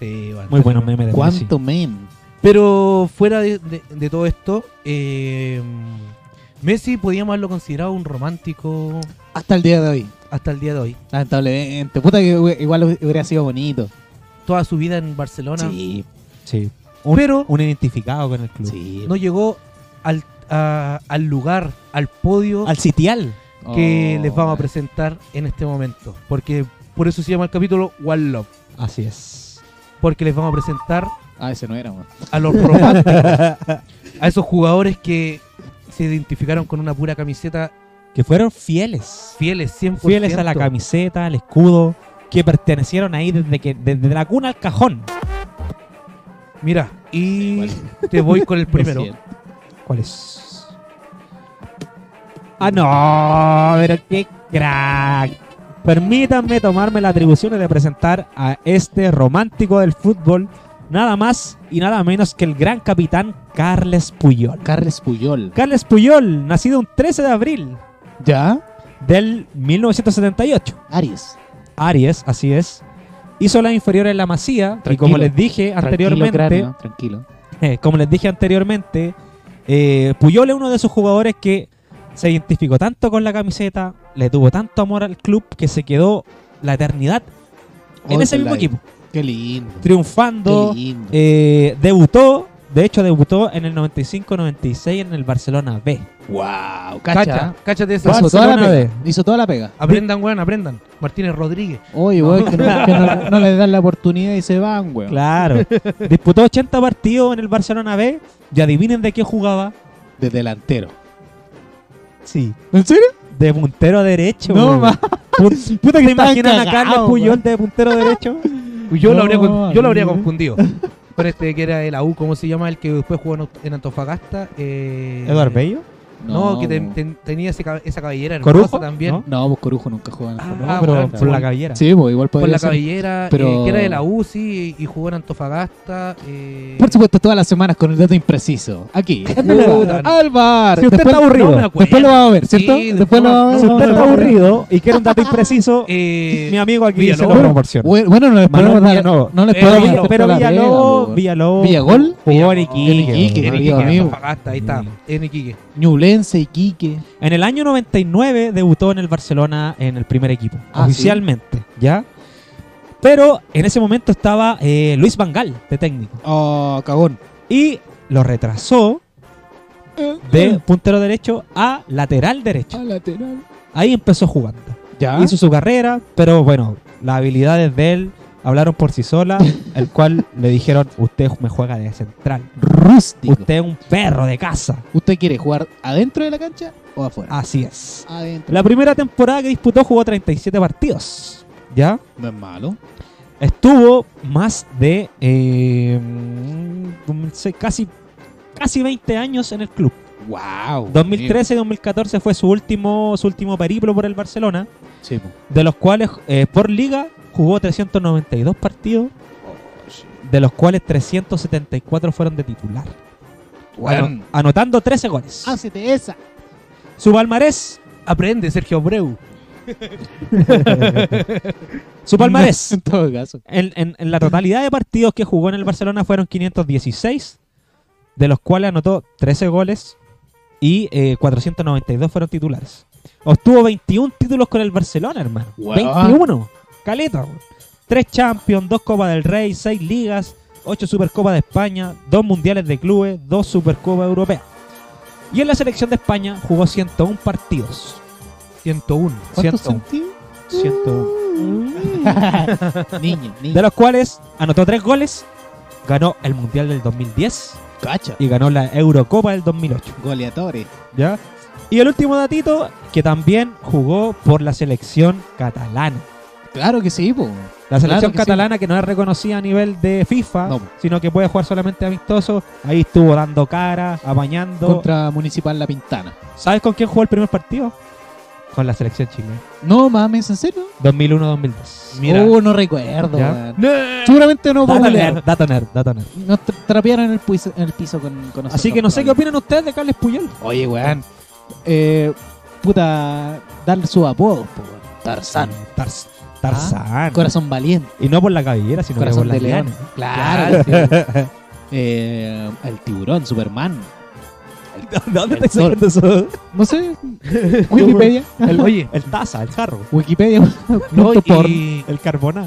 C: Sí,
A: Muy
C: bueno, salieron-
A: buenos memes de Messi.
D: ¿Cuánto men?
C: Pero fuera de, de- de todo esto, eh, Messi podíamos haberlo considerado un romántico
D: Hasta el día de hoy.
C: hasta el día de hoy.
D: Lamentablemente. Puta que hu- igual hu- hubiera sido bonito.
C: Toda su vida en Barcelona,
D: Sí,
A: Sí. Un,
C: Pero-
A: un identificado con el club.
D: sí.
C: no llegó al, a- al lugar, al podio
A: Al sitial.
C: que
D: Oh,
C: les vamos a
D: bueno.
C: presentar en este momento. Porque por eso se llama el capítulo One Love.
A: Así es.
C: Porque les vamos a presentar
D: Ah, ese no era, weón.
C: a
A: *laughs*
C: los románticos, a esos jugadores que se identificaron con una pura camiseta
A: que fueron fieles.
C: fieles, 100%.
A: Fieles a la camiseta, al escudo, que pertenecieron ahí desde que desde la cuna al cajón.
C: Mira, y
D: Igual.
C: te voy con
D: *laughs*
C: el primero.
D: Lo siento.
A: ¿Cuál es? Ah, no, pero qué crack. Permítanme tomarme la atribución de presentar a este romántico del fútbol, nada más y nada menos que el gran capitán Carles Puyol.
D: Carles Puyol.
A: Carles Puyol, nacido un 13 de abril
D: ¿Ya?
A: del 1978.
D: Aries.
A: Aries, así es. Hizo las inferiores en la Masía y como
D: Tranquilo.
A: les dije
D: Tranquilo,
A: anteriormente,
D: cráneo, tranquilo.
A: *laughs* Eh, como les dije anteriormente, eh, Puyol es uno de esos jugadores que se identificó tanto con la camiseta, le tuvo tanto amor al club que se quedó la eternidad en
D: Hoy
A: ese
D: con
A: mismo
D: la-
A: equipo,
D: Qué lindo.
A: triunfando.
D: Qué lindo.
A: eh, debutó, de hecho, debutó en el 95-96 en el Barcelona B.
D: wow,
C: Cacha,
D: cacha.
C: cáchate esa.
A: Barcelona
D: Hizo toda, la
A: B.
D: pega. hizo toda la pega.
C: Aprendan, weón, aprendan. Martínez Rodríguez.
D: Oye, weón, que, no, que no- no les dan la oportunidad y se van, weón. *laughs*
A: Claro, disputó 80 partidos en el Barcelona B y adivinen de qué jugaba.
D: De delantero.
A: Sí,
D: ¿En serio?
A: de puntero derecho.
D: No,
A: weón.
D: más.
A: Pun- *laughs* ¿Puta que
D: Están
A: imaginan a
D: cagados,
A: Carles Puyol
D: weón.
A: de puntero *laughs* derecho?
C: Yo, lo,
D: No,
C: habría con- yo lo habría
D: no. *laughs*
C: confundido. Con este que era de la U, ¿cómo se llama? El que después jugó en Aut- en Antofagasta. Eh,
A: Eduardo Bello.
C: No, que te-
D: weón.
C: ten- tenía ese cab- esa cabellera hermosa
A: Corujo,
C: también.
A: ¿no?
D: No, pues Corujo nunca juega en el
A: No,
C: Ah,
D: Corujo.
A: pero
C: bueno,
A: por
C: claro.
A: la cabellera.
D: Sí, pues igual
C: Por
D: podría
C: la
D: ser.
C: cabellera,
D: pero-
C: eh, que era de la UCI y jugó en Antofagasta. eh,
D: Por supuesto, todas las semanas con el dato impreciso. Aquí.
C: verdad.
D: Ah, Alvar.
A: Si usted está aburrido,
C: ah, no me acuerdo.
D: después lo va a ver, ¿cierto?
C: Sí,
D: después lo va a ver.
A: Si usted
D: lo
A: está
D: va a ver.
A: aburrido y quiere un dato impreciso,
C: *laughs* eh,
A: mi amigo aquí
C: Villalobos.
A: se lo proporciona.
D: Bueno, bueno, no les
A: Manuel
D: podemos dar.
A: Villalobos.
D: No les
C: Eh,
D: podemos
A: Villa-
D: dar
A: pero
D: la
A: Villalobos,
D: pega,
A: Villalobos,
D: Villagol.
A: jugó en
D: En Iquique,
A: Iquique.
C: en
A: weón.
D: querido
C: Iquique,
D: amigo.
C: Antofagasta, ahí
D: Mm.
C: está, en Iquique.
D: Ñublense, Iquique.
A: En el año 99 debutó en el Barcelona en el primer equipo,
D: Ah,
A: oficialmente, ¿ya? Pero en ese momento estaba eh, Luis Vangal de técnico
D: Oh, cagón.
A: y lo retrasó de puntero derecho a lateral derecho.
D: A lateral.
A: Ahí empezó jugando.
D: Ya.
A: hizo su carrera, pero bueno, las habilidades de él hablaron por sí solas, el cual le dijeron, usted me juega de central,
D: rústico.
A: usted es un perro de casa.
D: ¿Usted quiere jugar adentro de la cancha o afuera?
A: Así es.
D: Ah, Adentro.
A: La primera temporada que disputó jugó 37 partidos, ¿ya?
D: No es malo.
A: Estuvo más de eh, mm, sé, casi, casi 20 años en el club.
D: Wow.
A: 2013 y 2014 fue su último, su último periplo por el Barcelona,
D: Sí, po.
A: de los cuales eh, por liga jugó 392 partidos de los cuales 374 fueron de titular,
D: Weón.
A: ano- anotando 13 goles.
D: Hácete Ah, esa.
A: Su palmarés,
C: Ah. Aprende, Sergio Abreu.
A: *laughs* su *laughs*
C: *laughs*
A: palmarés,
D: *laughs* En todo caso.
A: en, en- en la totalidad de partidos que jugó en el Barcelona fueron 516, de los cuales anotó 13 goles y eh, 492 fueron titulares. Obtuvo 21 títulos con el Barcelona, hermano.
D: Weón.
A: 21. Caleta. weón. Tres Champions, dos Copas del Rey, seis Ligas, ocho Supercopas de España, dos Mundiales de Clubes, dos Supercopas Europeas. Y en la selección de España jugó 101 partidos.
C: 101.
D: ¿Cuántos
A: 101.
D: sentí?
A: 101.
D: niño,
A: *laughs* De
D: niño.
A: los cuales anotó tres goles, ganó el Mundial del 2010
D: Cacha.
A: y ganó la Eurocopa del 2008.
D: Goleadores.
A: ¿Ya? Y el último datito, que también jugó por la selección catalana.
D: Claro que sí, po.
A: La selección
D: Claro que
A: catalana que no es reconocida a nivel de FIFA,
D: No.
A: sino que puede jugar solamente amistoso, ahí estuvo dando cara, apañando.
D: Contra Municipal La Pintana.
A: ¿Sabes con quién jugó el primer partido? Con la selección chilena.
D: No mames, ¿en serio?
A: 2001-2002.
C: Mira.
D: Oh, no recuerdo,
A: Ya.
D: weón. Seguramente no
A: Dato
D: googlearon.
A: nerd, dato nerd, dato nerd.
D: Nos tra- trapearon en el piso, en el piso con, con nosotros.
A: Así que no sé qué opinan ustedes de Carles Puyol.
D: Oye, weón. Eh, puta, darle su apodo, po, weón. Tarzán.
A: Tarz- Tarzán.
D: Corazón valiente.
A: Y no por la cabellera, sino que *laughs* por
D: Corazón
A: la
D: de león.
A: liana.
D: Claro. sí. *laughs* eh, el tiburón, Superman.
A: ¿Dónde
D: El
A: te
D: sol.
A: sacando eso?
D: No sé, Wikipedia.
C: El- oye,
A: El taza, el jarro,
D: Wikipedia,
C: no,
D: punto por,
C: y,
A: el carbona.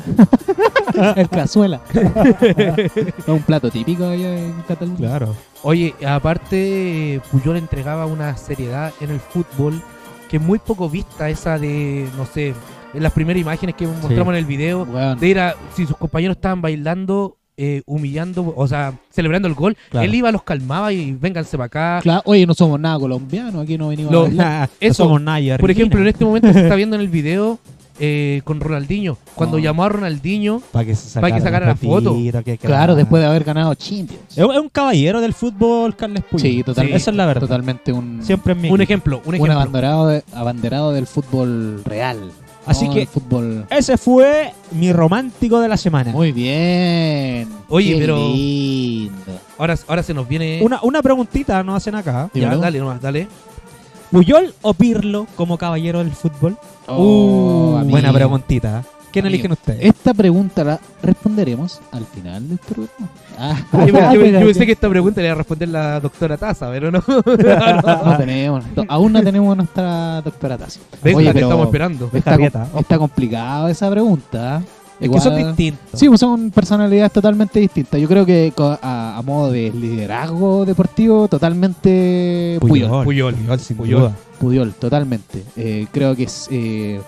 D: el cazuela. *laughs* es un plato típico allá en Cataluña.
A: Claro.
C: oye, aparte Puyol entregaba una seriedad en el fútbol que es muy poco vista esa de, no sé, en las primeras imágenes que mostramos en el video,
D: Weón.
C: de ir a- si sus compañeros estaban bailando, eh, humillando, o sea, celebrando el gol,
A: Claro.
C: él iba, los calmaba y vénganse para acá.
D: Claro, oye, no somos nada colombianos, aquí no venimos
A: *laughs*
C: Lo-
D: a bailar.
A: No
C: Eso,
A: somos nadie.
C: Por ejemplo, en
A: Argentina. *laughs*
C: este momento se está viendo en el video eh, con Ronaldinho, cuando
A: Ah.
D: Oh.
C: llamó a Ronaldinho,
A: Para que, se
C: para que sacara la foto.
A: fotito, que- que-
D: Claro, después de haber ganado Champions.
A: Es un, es un caballero del fútbol, Carles Puyol.
D: Sí, totalmente.
A: Esa es la verdad.
D: Totalmente un,
A: Siempre en mi.
C: un
A: equipo.
C: ejemplo, un
D: un
C: ejemplo.
D: abanderado, de- abanderado del fútbol real.
A: Así
D: ¿no?
A: que-
D: El fútbol.
A: Ese fue mi romántico de la semana.
D: Muy bien.
C: Oye,
D: Qué
C: pero-
D: lindo.
C: Ahora, ahora se nos viene...
A: Una, una preguntita nos hacen acá.
C: Ya,
D: Dímelo.
C: dale nomás, dale.
A: *laughs* ¿Puyol o Pirlo como caballero del fútbol?
D: Oh,
A: Uh,
D: amigo.
A: buena preguntita. ¿Quién
D: Amigo.
A: eligen ustedes?
D: Esta pregunta la responderemos al final del programa.
C: *laughs*
D: Ah,
C: Yo,
A: Ah,
C: yo- yo
A: espérate.
C: pensé que esta pregunta le iba a responder la doctora Taza, pero no.
D: no tenemos, no, aún no tenemos nuestra doctora Tassi.
C: De hecho,
D: Oye,
C: la que
D: pero-
C: estamos esperando.
A: Ves
D: Está,
A: Carrieta,
D: com- está complicada esa pregunta.
A: Es que son
D: Igual-
A: distintos.
D: Sí, pues son personalidades totalmente distintas. Yo creo que co- a, a modo de liderazgo deportivo, totalmente Puyol.
C: Puyol,
A: sin
C: Puyol.
A: duda.
D: Puyol, totalmente. Eh, creo que es, eh,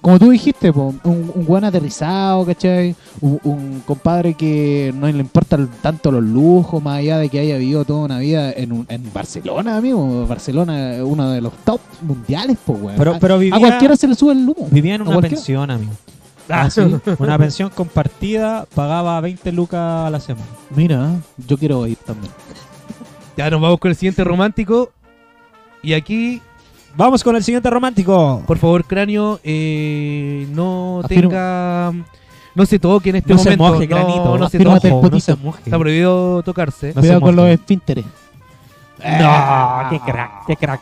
D: como tú dijiste, po, un, un buen aterrizado, ¿cachai? Un, un compadre que no le importan tanto los lujos, más allá de que haya vivido toda una vida en, un- en Barcelona, amigo. Barcelona es uno de los top mundiales, pues, weón.
A: Pero,
D: A-
A: pero vivía,
D: a cualquiera se le sube el humo.
A: vivía en
D: a
A: una
D: cualquiera.
A: pensión, amigo.
C: Ah,
D: Ah, sí.
A: Una pensión compartida, pagaba 20 lucas a la semana.
D: Mira, yo quiero ir también.
C: Ya nos vamos con el siguiente romántico. Y aquí,
A: Vamos con el siguiente romántico.
C: por favor, cráneo, eh, no
D: Afirmo.
C: tenga. No se toque en este
A: No se
C: momento.
A: moje,
C: no,
A: granito.
C: no se
D: Afirma-
C: toque.
D: Afírmate el
A: Ojo, no
D: potito.
A: se moje.
C: Está prohibido tocarse.
A: No se
D: Cuidado con este. los
A: mojen.
D: esfínteres.
A: No, qué crack, qué crack.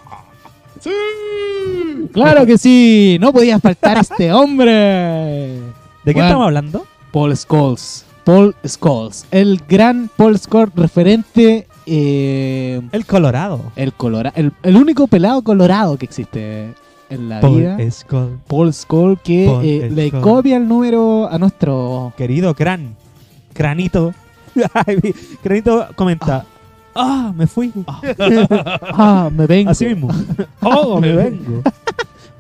D: Claro que sí, no podía faltar este hombre.
A: ¿De qué
D: Bueno.
A: estamos hablando?
D: Paul Scholes. Paul Scholes. El gran Paul Scholes referente. eh,
A: El Colorado.
D: el, colora, el, el único pelado colorado que existe en la vida.
A: Paul Scholes.
D: Paul Scholes que
A: Paul
D: eh, le
A: Scholes.
D: copia el número
A: *laughs*
D: a nuestro.
A: Querido Cran. Cranito. *laughs* Ay, Cranito comenta. Ah, me fui.
D: Ah, me vengo.
A: Así mismo. Oh, me vengo.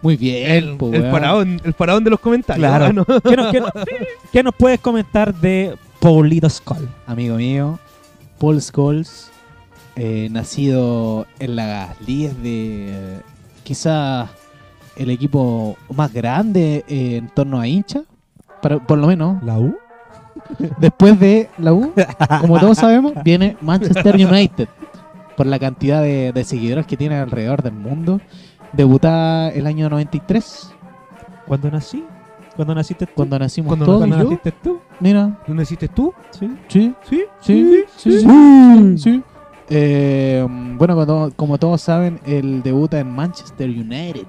D: Muy bien.
C: El,
D: po,
C: el
D: weón.
C: paraón, el paraón de los comentarios.
A: Claro.
C: Ah, no.
A: ¿Qué nos, qué nos- qué nos puedes comentar de Paulito Skull?
D: Amigo mío, Paul Scholes, eh, nacido en las ligas de eh, quizá el equipo más grande eh, en torno a hincha, para- por lo menos *laughs*
A: ¿La U?
D: Después de la U, como todos sabemos, viene Manchester United. Por la cantidad de, de seguidores que tiene alrededor del mundo. Debutada el año 93,
A: ¿Cuándo nací? ¿Cuándo naciste tú?
D: cuando nacimos
C: Cuando
D: todos.
A: ¿Cuándo
D: Yo,
A: naciste tú?
D: Mira,
C: ¿Lo hiciste tú?
A: Sí.
D: sí,
C: Sí.
D: sí, sí, sí.
A: Sí.
D: sí. Eh, bueno, cuando- como todos saben, él debuta en Manchester United.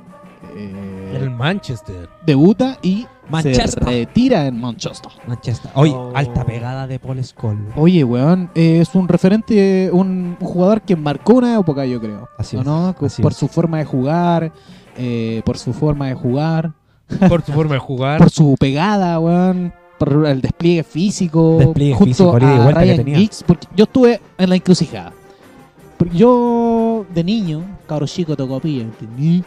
D: Eh,
C: El Manchester.
D: debuta y
A: Manchester.
D: se retira en Manchester.
A: Manchester. Oye,
C: Oh.
A: alta pegada de Paul Scholl.
D: Oye, weón, eh, es un referente, un, un jugador que marcó una época, yo creo.
A: Así
D: ¿O
A: es,
D: no? Co-
A: así
D: por
A: es.
D: su forma de jugar, eh, por su forma de jugar,
C: Por su forma de jugar.
D: por su pegada, weón, por el despliegue físico.
A: Despliegue
D: junto
A: físico, el ida y
D: a
A: vuelta que
D: Ryan
A: tenía.
D: Giggs, porque yo estuve en la encrucijada. Porque yo, de niño, cabro chico tocopilla, ¿entendí?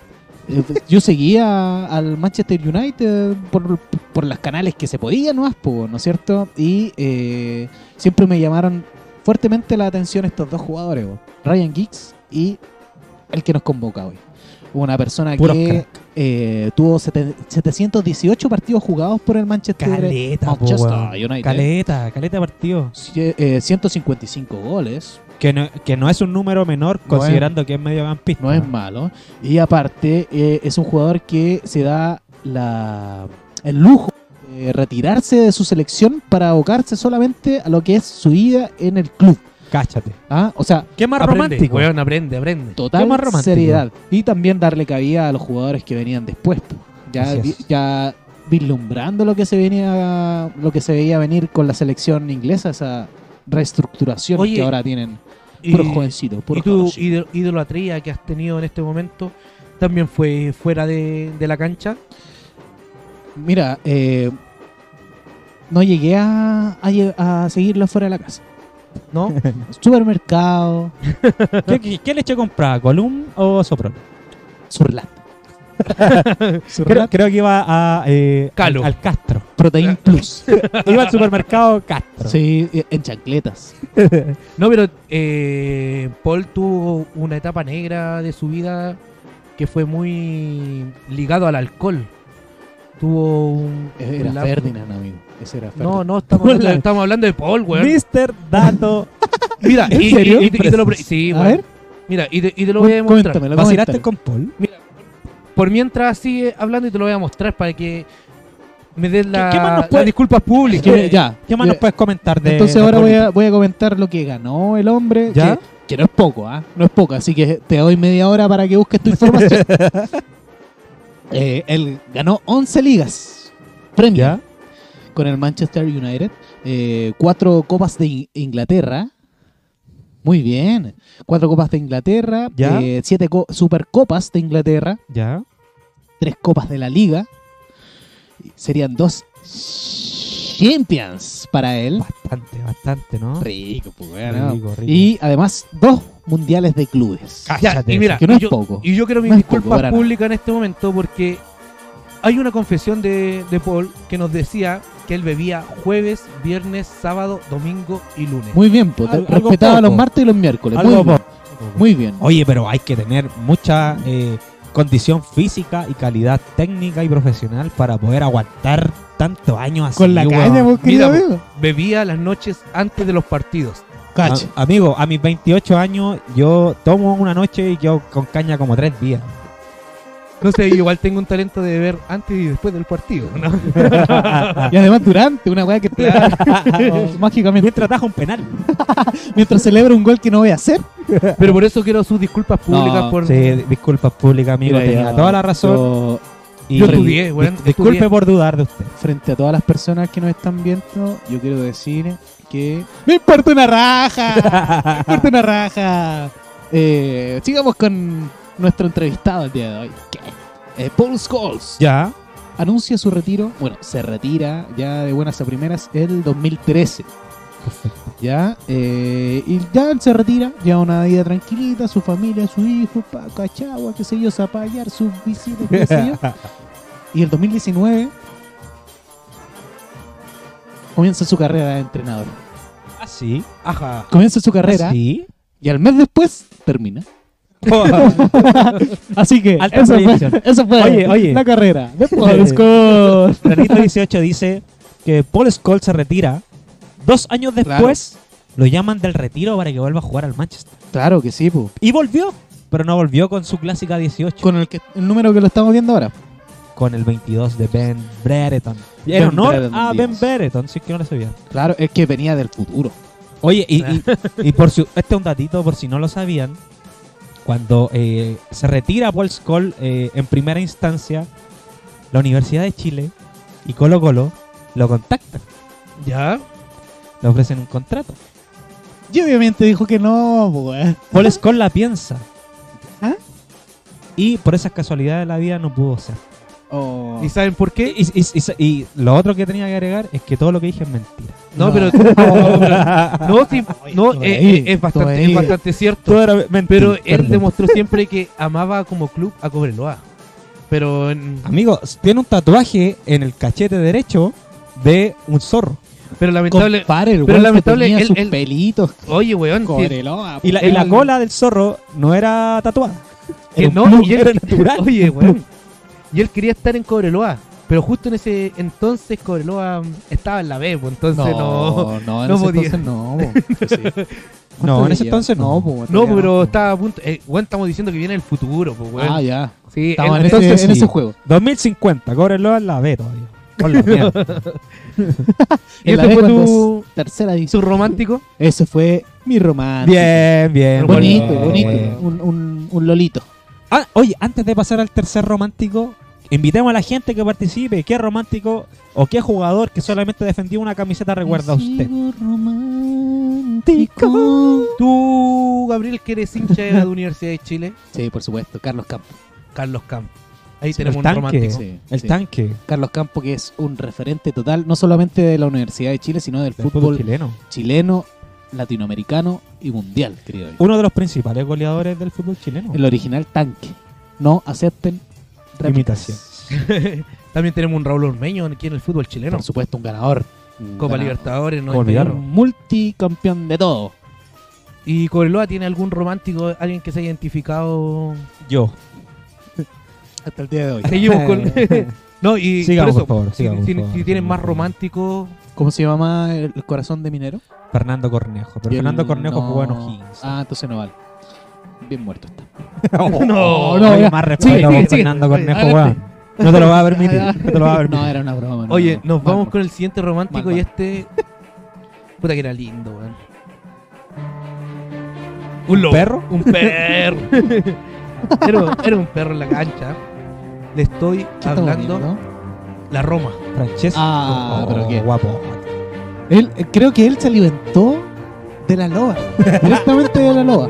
D: Eh, Yo seguía al Manchester United por, por los canales que se podían, ¿no? ¿No es cierto? Y eh, siempre me llamaron fuertemente la atención estos dos jugadores, weón. Ryan Giggs y el que nos convoca hoy. Una persona
A: Puros
D: que
A: crack.
D: eh, tuvo sete- 718 partidos jugados por el Manchester
A: Caleta, po,
D: Manchester
A: weón.
D: United.
A: Caleta, caleta de partido.
D: Sie- eh, 155 goles,
A: Que no, que no es un número menor
D: No es-
A: considerando que es mediocampista.
D: no es malo. Y aparte, eh, es un jugador que se da la, el lujo de retirarse de su selección para abocarse solamente a lo que es su vida en el club. *laughs*
A: Cáchate.
D: ¿ah? O sea,
A: ¿Qué más
C: aprende,
A: romántico?
C: weón, aprende, aprende.
D: total
A: Qué más romántico.
D: seriedad. Y también darle cabida a los jugadores que venían después. po. Ya,
A: Así es.
D: vi- ya vislumbrando lo que se venía lo que se veía venir con la selección inglesa, esa reestructuración
C: Oye,
D: que ahora tienen.
C: Y-
D: Puros jovencitos,
C: Y
D: puros
C: tu
D: jovencitos.
C: ido- idolatría que has tenido en este momento también fue fuera de, de la cancha.
D: Mira, eh, no llegué a, a, lle- a seguirlo fuera de la casa.
C: ¿No?
D: Supermercado,
A: ¿Qué, qué, qué leche compraba? ¿Colum o Sopron?
C: *laughs*
D: *laughs* Surlat.
A: Creo,
D: Surlat,
A: creo que iba a, eh,
C: Calo.
A: al, al Castro.
D: Protein
C: *laughs*
D: Plus.
A: Iba al supermercado Castro.
D: sí, eh, en chancletas.
C: No, pero eh, Paul tuvo una etapa negra de su vida que fue muy ligado al alcohol. Tuvo un...
D: Eh, Era
C: un lapso-
D: Ferdinand, amigo. Ese era Ferdinand.
C: No, no, estamos
D: *laughs*
C: hablando,
A: Hola.
C: estamos hablando de Paul, weón.
A: Mister Dato.
C: Mira,
D: ¿En
C: y, y-
D: serio?
C: y te- y te lo... pre- Sí,
D: A
C: weón.
D: ver.
C: Mira, y te, y te lo voy a demostrar.
D: Coméntamelo,
A: ¿Vacilaste
D: coméntamelo.
A: con Paul?
C: Por mientras sigue hablando y te lo voy a mostrar para que me des la,
A: qué más nos
C: las
A: puede-
C: disculpas públicas.
D: Que- ya.
A: ¿Qué más nos
D: Ya.
A: puedes comentar de
D: Entonces
A: de
D: ahora voy
A: Paul?
D: a, voy a comentar lo que ganó el hombre.
A: ¿Ya?
D: Que, que no es poco, ¿ah? No es poco. Así que te doy media hora para que busques
A: *laughs*
D: tu información. Eh, él ganó 11 ligas. Premio.
A: ¿Ya?
D: con el Manchester United, eh, cuatro copas de In- Inglaterra. Muy bien. Cuatro copas de Inglaterra,
A: Ya.
D: eh, siete co- supercopas de Inglaterra,
A: ¿Ya?
D: tres copas de la liga. Serían dos Champions para él.
A: Bastante, bastante, ¿no?
D: Rico, pues, bueno.
A: Rico, rico.
D: Y además dos mundiales de clubes.
A: Ah,
C: Ya,
A: Cáchate,
C: y mira,
D: que no
C: y
D: es
C: yo,
D: poco.
C: y yo quiero mi
D: No es poco,
C: disculpa
D: para nada.
C: pública en este momento porque hay una confesión de, de Paul que nos decía que él bebía jueves, viernes, sábado, domingo y lunes.
D: Muy bien, pues,
A: Al- algo
D: respetaba los
A: poco.
D: martes y los miércoles.
A: Algo
D: muy, bien,
A: poco.
D: muy bien.
A: Oye, pero hay que tener mucha eh, condición física y calidad técnica y profesional para poder aguantar tantos años así.
D: Con la
A: weón.
D: caña, vos, querido
C: Mira,
D: amigo.
C: Bebía las noches antes de los partidos.
A: A-
D: pues, Cacha.
A: amigo, a mis 28 años yo tomo una noche y quedo con caña como tres días.
C: No sé, yo igual tengo un talento de beber antes y después del partido. ¿no?
D: *laughs* Y además durante, una weá que te *laughs* mágicamente.
A: Mientras ataja un penal.
D: mientras celebra un gol que no voy a hacer.
C: Pero por eso quiero sus disculpas públicas
D: No,
C: por...
A: Sí, disculpas públicas, amigo,
D: Mira,
A: tenía
D: yo-
A: toda la razón.
D: yo,
A: y
C: yo estudié, weón,
A: dis- disculpe
C: estudié.
A: por dudar de usted.
D: frente a todas las personas que nos están viendo, yo quiero decir que. ¡Me importa una raja! ¡Me *laughs* importa una raja! Eh, sigamos con nuestro entrevistado el día de hoy. ¿Qué? Eh, Paul Scholes
A: Ya,
D: anuncia su retiro. Bueno, se retira ya de buenas a primeras el 2013. Ya, eh, y ya él se retira, lleva una vida tranquilita, su familia, su hijo, pa, cachagua, qué sé yo, zapallar, sus visitas, qué sé yo. *laughs* Y el 2019 comienza su carrera de entrenador.
A: así. Ah,
C: Ajá.
D: Comienza su carrera
A: Así.
D: y al mes después termina.
A: Oye,
D: Así que
A: Alta
D: eso
A: proyección.
D: fue, eso fue
A: Oye, oye.
D: la carrera. *laughs* Después, con-
A: Granito 18 dice que Paul Scholes se retira. Dos años después lo llaman del retiro para que vuelva a jugar al Manchester.
D: claro que sí, po.
A: Y volvió, pero no volvió con su clásica 18,
D: con el, que, el número que lo estamos viendo ahora.
A: con el 22 de Ben Brereton. En
D: Ben
A: honor
D: Brereton,
A: a
D: Dios.
A: Ben Brereton, si es que no lo sabía.
D: Claro, es que venía del futuro.
A: Oye, *laughs* y, y- y por si- este es un datito, por si no lo sabían, cuando eh, se retira Paul Scholes eh, en primera instancia, la Universidad de Chile y Colo Colo lo contactan,
C: ¿Ya?
A: le ofrecen un contrato.
D: Y obviamente dijo que no, pues.
A: Paul Scholes la piensa.
D: ¿Ah?
A: Y por esas casualidades de la vida no pudo ser.
D: Oh.
C: ¿Y saben por qué?
A: Y, y- y- y lo otro que tenía que agregar es que todo lo que dije es
C: *laughs*
A: mentira.
C: No,
D: No.
C: pero...
D: *laughs*
C: no, pero- no, sí, no,
D: estuve
C: eh,
D: ahí,
C: eh, es, bastante,
D: estuve ahí.
C: es bastante cierto.
A: era mentira.
C: Pero él demostró siempre que amaba como club a Cobreloa. Pero en-
A: Amigo, tiene un tatuaje en el cachete derecho de un zorro.
C: pero lamentable.
D: Compadre, el
C: pero
D: weón que
C: lamentable,
D: tenía
C: él-
D: sus
C: él-
D: pelitos.
C: Oye, weón. que-
D: Cobreloa,
A: Y la,
D: po.
A: y la
D: Él-
A: cola del zorro no era tatuada.
C: que
A: Era un
C: no,
A: plug,
C: y él-
A: era natural.
C: *laughs* Oye, weón. Y él quería estar en Cobreloa. Pero justo en ese entonces Cobreloa mm, estaba en la B, pues, entonces no.
D: no, no, en
C: no
D: ese
C: podía.
D: entonces no. po.
A: No, en ese
D: Lleva-
A: entonces no.
D: po, ¿cuánto
C: No,
D: lleva?
C: pero estaba a punto. eh, weón, estamos diciendo que viene el futuro, pues, weón.
D: Ah, ya.
C: sí,
D: Estaba en,
C: él-
A: entonces
D: ese, en
A: sí.
D: ese juego.
A: 2050, cóbrelo en la B todavía. Con
C: *laughs*
A: la mierda.
C: ¿Y
D: En la
C: este
D: B
C: fue
D: cuando
C: tu-
D: es tercera
C: su
D: edición.
C: romántico.
D: Ese fue mi romance.
A: bien, bien.
C: Bueno,
D: Bonito,
A: bien.
D: bonito.
A: Eh,
D: Un, un, un lolito.
A: ah, oye, antes de pasar al tercer romántico, invitemos a la gente que participe. ¿Qué romántico o qué jugador que solamente defendió una camiseta recuerda a usted?
D: Sigo romántico.
A: romántico.
C: Tú, Gabriel, que eres hincha de la *laughs* Universidad de Chile,
D: Sí, por supuesto, Carlos Campo.
C: Carlos Camp. Ahí
A: Sí,
C: tenemos
A: el
C: un
A: tanque.
C: romántico.
D: Sí,
A: El
D: sí.
A: tanque.
D: Carlos Campo, que es un referente total, no solamente de la Universidad de Chile, sino del
A: Del fútbol,
D: fútbol
A: chileno.
D: chileno, latinoamericano y mundial, creo yo.
A: Uno de los principales goleadores del fútbol chileno.
D: El original tanque. No acepten réplicas.
A: Imitación.
C: *laughs* También tenemos un Raúl Ormeño aquí en el fútbol chileno.
D: Por supuesto, un ganador. Un
C: Copa
D: ganador.
C: Libertadores, no Este,
A: ¿Cómo olvidarlo?
D: Un multicampeón de todo.
C: ¿Y Cobreloa tiene algún romántico, alguien que se ha identificado?
A: Yo.
D: Hasta el día de hoy.
C: Seguimos con. no, y
A: Sigamos,
C: por eso,
A: por favor,
C: si,
A: sigamos, por favor,
C: si- si tienen
A: sigamos,
C: más
A: por favor.
C: romántico,
D: *laughs* ¿Cómo se llama el el corazón de Minero?
A: Fernando Cornejo. Pero
D: Y el-
A: Fernando Cornejo
D: no.
A: jugó en O'Higgins.
D: Ah, entonces no vale. Bien muerto está. Oh,
A: no,
D: no, ya.
A: Oh, más
D: Sigue,
A: respeto
D: sigue,
A: por
D: sigue.
A: Fernando
C: Oye,
A: Cornejo,
D: adelante.
A: weón. No te lo vas a permitir. No te lo vas a permitir.
D: No, era una broma. no,
C: Oye,
D: no, no.
C: nos
D: Mal,
C: vamos
D: mal.
C: con el siguiente romántico
D: Mal,
C: y
D: mal.
C: este. Puta que era lindo, weón. Un lobo.
A: perro?
C: Un
D: *laughs*
C: perro. era, era un perro en la cancha. Le estoy
D: ¿Qué estamos
C: hablando.
D: viendo?
C: La Roma.
A: Francesco. Oh,
D: Ah, pero qué.
A: guapo.
D: Él, eh, creo que él se alimentó de
A: *laughs*
D: la loba. Directamente de la loba.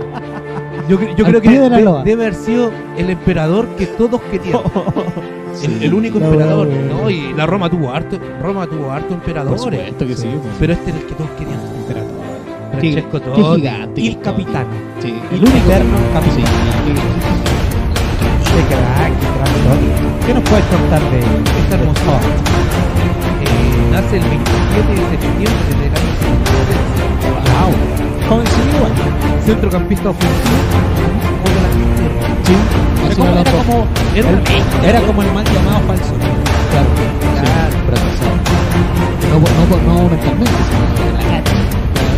C: Yo, cre- yo
D: Al
C: creo que
D: pie de la
C: de-
D: loa.
C: debe haber sido el emperador que todos
D: *laughs*
C: querían. el, el único
D: la
C: emperador.
D: weá,
C: No, y la Roma tuvo harto. Roma tuvo harto
D: Por
C: emperadores.
D: supuesto que sí. pues.
C: Pero este era el que todos querían. Francesco
D: Qué
C: Totti.
D: gigante.
A: Y el
D: que es todo.
A: capitán.
D: Sí,
A: Y
D: el único.
A: eterno
D: Sí.
A: capitán. Qué crack, ah, qué crack, Totti. ¿Qué nos puedes contar de
C: Esta hermosura. Eh, nace el 27 de septiembre del año 53.
D: Wow.
A: Jovencillo, igual.
C: ¿eh? Centrocampista ofensivo. o delantero.
D: Sí.
A: Era
D: así
A: como,
D: me lo
A: era
D: tomo.
A: como-
C: Era un
A: era como el mal llamado falso.
D: Claro. Sí, pero sí, sí. No, no, no, no mentalmente, sino de la calle.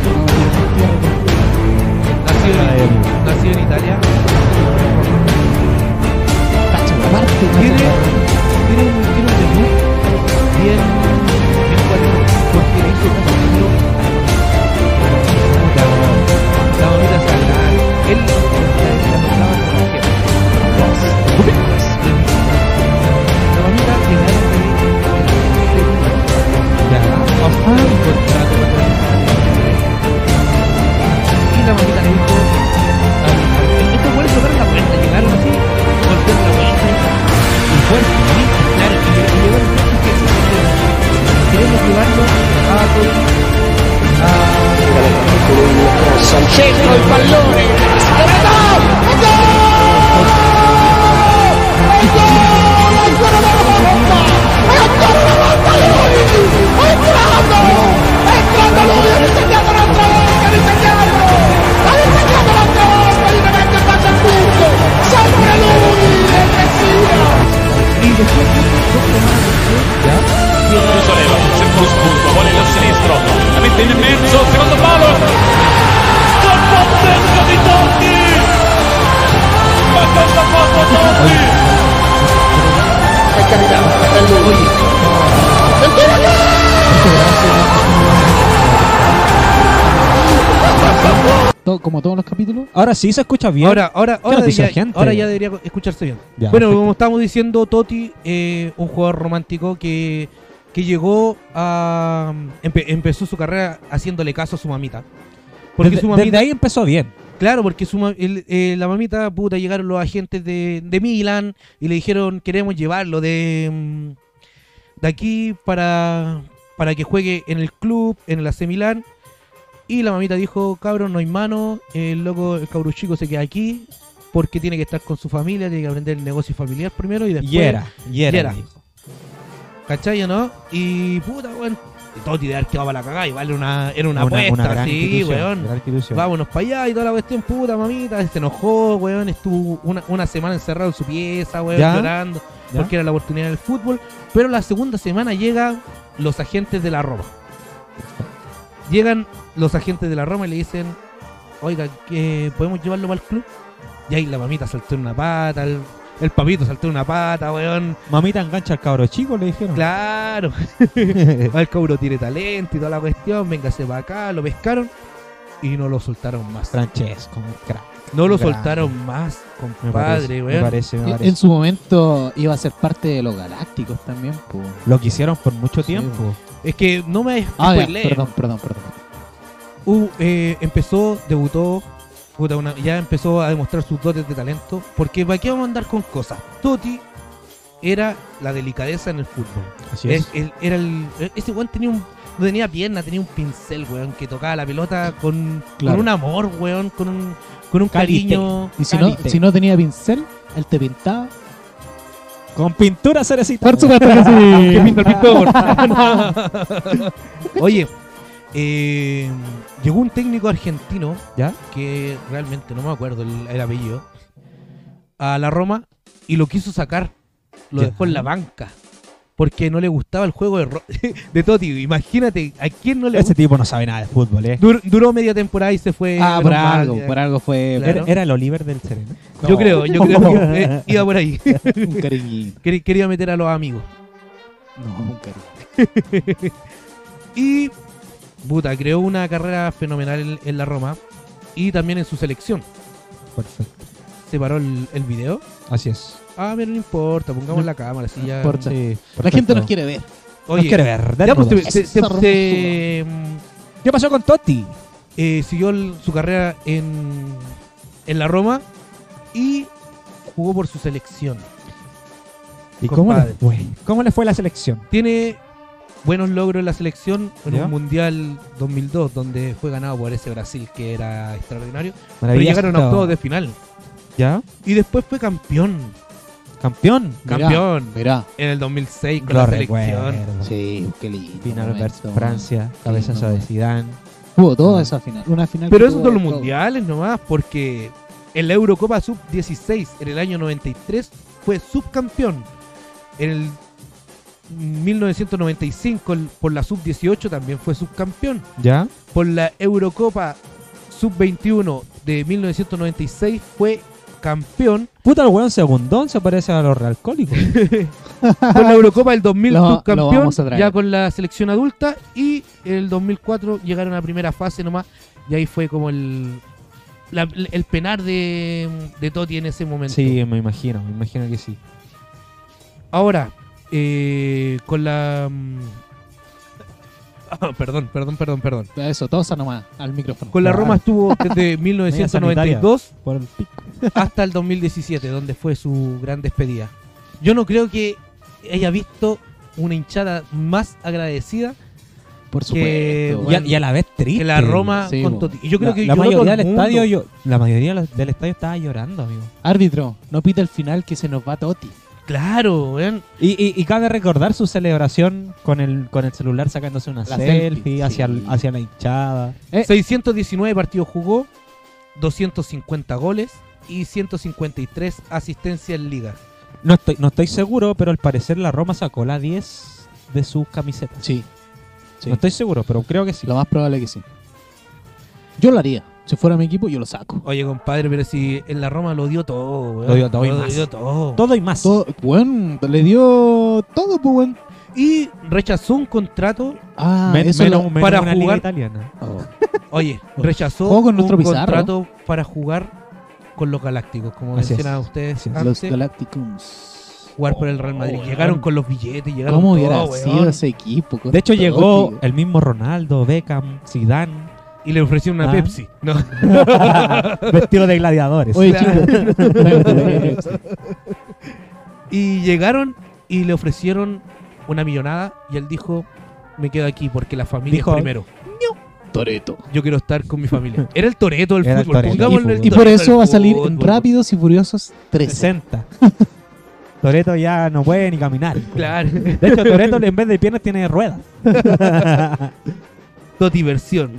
C: Nacido en, nacido en Italia.
D: Cacho, aparte,
C: Tiene,
D: cacho.
C: tiene un, tiene un debut bien, bien cuático, porque le hizo un partido a la mamita. La mamita sagrada. Él la tocaba con la gente.
A: Ya.
C: La mamita que nadie tenía. un contrato con la mamita. Y la mamita le dijo, "La mamita, estos güeyes tocaron la puerta, llegaron así, golpearon la puerta. Y fuerte, sí, claro, y llegó- y llegó el tiempo que se hicieron. Queremos llevarlo a a-
B: Sancesco il pallone, ed è gol! È gol! È gol! Ancora una volta! E ancora una volta lui! È entrato! È entrato lui, ha risegnato l'altra volta, ha risegnato! Ha risegnato l'altra volta, gli mette in faccia al punto! Sempre lui, è Messina!
C: Y después de dos semanas
E: Circuso leva, circoscuto, vuole il sinistro, la mette in mezzo, secondo palo, fantastico di Totti! Ma cosa ha fatto Totti?
B: È capitato, è lui! E tira gol!
D: To- como todos los capítulos.
A: Ahora sí se escucha bien.
C: Ahora, ahora, ahora,
A: nos dice
C: ya,
A: la gente?
C: ahora ya debería escucharse bien.
A: Ya,
C: bueno,
A: perfecto.
C: como estábamos diciendo, Totti, eh, un jugador romántico que, que llegó a. empe- empezó su carrera haciéndole caso a su mamita. Porque
A: desde,
C: su mamita.
A: desde ahí empezó bien.
C: Claro, porque su ma- el- eh, la mamita, puta, llegaron los agentes de, de Milan y le dijeron: queremos llevarlo de. mm, de aquí para. para que juegue en el club, en el AC Milan. Y la mamita dijo, cabrón, no hay mano, el loco, el cabruchico se queda aquí porque tiene que estar con su familia, tiene que aprender el negocio familiar primero y después...
A: Y era, y
C: y era.
A: era. dijo.
C: ¿Cachai o no? Y puta, weón. Y todo tirar que va para la cagada, igual era una, era una, apuesta,
A: gran
C: sí,
A: institución,
C: weón.
A: gran institución.
C: Vámonos para allá y toda la cuestión, puta mamita, se enojó, weón, estuvo una, una semana encerrado en su pieza, weón,
A: Ya.
C: llorando,
A: Ya.
C: porque era la oportunidad del fútbol. Pero la segunda semana llegan los agentes de la Roma. Llegan los agentes de la Roma y le dicen, oiga, que podemos llevarlo para el club. Y ahí la mamita saltó en una pata, el, el papito saltó en una pata, weón.
A: Mamita engancha al cabro chico, le dijeron. *laughs*
C: Claro. El cabro tiene talento y toda la cuestión, véngase para acá, lo pescaron y no lo soltaron más.
A: Francesco, un crack.
C: No lo
A: Grande.
C: soltaron más,
A: Me
C: compadre,
A: parece, me
C: weón.
A: parece, me
D: En-
A: parece.
D: Eh, En su momento iba a ser parte de los galácticos también. pues.
A: Lo quisieron por mucho
D: Sí,
A: tiempo.
C: Es que no me
D: Ah, ya,
C: spoileen.
D: perdón, perdón, perdón.
C: Uh, eh, empezó, debutó, puta, una- ya empezó a demostrar sus dotes de talento. Porque ¿para qué vamos a andar con cosas? Totti era la delicadeza en el fútbol.
A: Así
C: Es- el- era el, eh, ese weón tenía un, no tenía pierna, tenía un pincel, weón, que tocaba la pelota con,
D: Claro.
C: con un amor, weón, con un, con un cariño.
D: Y si no,
A: Calite.
D: si no tenía pincel, él te pintaba.
A: Con pintura cerecita.
D: Por supuesto
C: *laughs*
D: que
C: Que
D: sí.
C: pinta el
D: *laughs*
C: pintor. Oye, eh, llegó un técnico argentino,
A: ¿Ya?
C: que realmente no me acuerdo el, el apellido, a la Roma y lo quiso sacar. Lo
A: Ya.
C: dejó en la banca. Porque no le gustaba el juego de, Ro- *laughs* de Totti. Imagínate, ¿a quién no le
A: Ese tipo no sabe nada de fútbol, ¿eh?
C: Dur- duró media temporada y se fue.
D: Ah,
C: menos
D: por
C: mal,
D: algo,
C: ya.
D: por algo fue
C: Claro.
A: Era, era el Oliver del Serena.
C: Yo creo, yo creo
D: *laughs*
C: que eh, iba por ahí. *laughs*
D: un *laughs* cariñito.
C: Quer- Quería meter a los amigos.
D: No, un cariñito.
C: Y, puta, creó una carrera fenomenal en, en la Roma y también en su selección.
A: Perfecto.
C: Se paró el, el video.
A: Así es.
C: Ah, pero no importa, pongamos la cámara, así ya.
D: importa.
A: Sí,
D: La
A: perfecto.
D: gente nos quiere ver.
A: Nos
C: Oye,
A: quiere ver.
C: ya, pues,
A: desnudos.
C: se- se- se-
D: Esa Roma
C: se-
A: ¿Qué pasó con Totti?
C: eh, siguió el- su carrera en, en la Roma y jugó por su selección.
A: ¿Y cómo le
C: Compadre.
A: fue? ¿Cómo le fue la selección?
C: Tiene buenos logros en la selección en
A: ¿Ya?
C: un Mundial 2002 donde fue ganado por ese Brasil que era extraordinario. Pero
A: Maravilloso.
C: llegaron a octavos de final.
A: ¿Ya?
C: Y después fue campeón.
A: Campeón.
D: Mirá.
C: Campeón.
D: Mirá.
C: En el 2006 con
A: Lo
C: la selección.
A: recuerdo.
D: Sí, qué lindo.
A: Final
D: momento.
A: versus Francia. Cabezazo de
D: momento.
A: Zidane.
D: Hubo toda esa final. Una final
C: Pero
D: que
C: esos
D: tuvo
C: son los
D: de Ah. todo.
C: mundiales nomás porque en la Eurocopa Sub-16 en el año 93 fue subcampeón. En el 1995 el- por la Sub-18 también fue subcampeón.
A: ¿Ya?
C: por la Eurocopa Sub-21 de 1996 fue campeón.
A: Puta, el weón segundón se parece a los
C: *laughs*
A: realcohólicos.
C: Por
D: *laughs*
C: la Eurocopa del 2000
D: Lo- lo
C: subcampeón,
D: vamos a traer.
C: ya con la selección adulta. Y en el 2004 llegaron a la primera fase nomás. Y ahí fue como el, la- el penar de, de Totti en ese momento.
A: sí, me imagino, me imagino que sí.
C: Ahora, eh, con la... mm, Ah, *laughs* perdón, perdón, perdón, perdón.
D: Eso, tosa nomás al micrófono.
C: Con la
A: Claro.
C: Roma estuvo
D: *laughs*
C: desde 1992
A: Por el pico.
C: hasta el 2017, donde fue su gran despedida. Yo no creo que haya visto una hinchada más agradecida
D: Por
C: que-
D: supuesto.
A: Y, a,
C: Bueno,
A: y a la vez triste.
C: que la Roma
D: sí,
C: con
D: po.
C: Totti. Y yo creo
A: la,
C: que
A: la
C: lloró todo
A: mayoría
C: el
A: del
C: mundo.
A: estadio yo- la mayoría del del estadio estaba llorando, amigo.
D: Árbitro, no pita el final que se nos va Toti.
C: Claro, weón.
A: Y, y- y cabe recordar su celebración con el con el celular sacándose una
D: La
A: selfie,
D: selfie,
A: hacia, el-
D: sí.
A: hacia la hinchada.
D: Eh.
C: 619 partidos jugó, 250 goles y 153 asistencias en liga.
A: No estoy, no estoy seguro, pero al parecer la Roma sacó la 10 de sus camisetas.
D: Sí. sí.
A: No estoy seguro, pero creo que sí.
D: Lo más probable que sí. Yo lo haría. Si fuera mi equipo, yo lo saco.
C: Oye, compadre, pero si en la Roma lo dio todo, weón.
A: Lo dio todo y más.
C: dio todo.
A: Todo y más.
D: Todo, weón, le dio todo, pues, weón.
C: Y rechazó un contrato.
D: Ah,
A: Men-
D: eso
A: menos-
D: lo-
A: menos
C: para
A: una liga
C: jugar-
A: italiana.
D: Oh.
A: *laughs*
C: Oye, rechazó
D: Jugó con
C: un
D: nuestro Pizarro.
C: contrato para jugar con los Galácticos, como
A: Así es.
C: mencionaban ustedes
A: Así es.
D: Los
C: antes.
D: Galacticums.
C: jugar por el Real Madrid.
A: weón.
C: llegaron con los billetes, llegaron
D: ¿Cómo
C: todo,
D: hubiera
C: weón.
D: sido ese equipo? con
A: De hecho,
D: Totti,
A: llegó
D: weón?
A: el mismo Ronaldo, Beckham, Zidane,
C: Y le ofrecieron una
A: Ah.
C: Pepsi. No.
A: vestido de gladiadores. *laughs*
D: Oye, chico. tráigate la-
C: Y llegaron y le ofrecieron una millonada y él dijo, me quedo aquí porque la familia
A: Dijo,
C: es primero.
D: Toreto.
C: Yo quiero estar con
A: *laughs*
C: mi familia. Era el Toreto del
A: Era el
C: fútbol.
A: Toretto.
C: pongámosle el
D: Y por
C: Toretto
D: eso
C: del
D: va a salir en
C: fútbol.
D: Rápidos y Furiosos 13.
A: 60. Toreto ya no puede ni caminar.
C: Claro. *laughs*
A: De *laughs* hecho, Toreto en vez de piernas tiene ruedas.
C: Toti versión.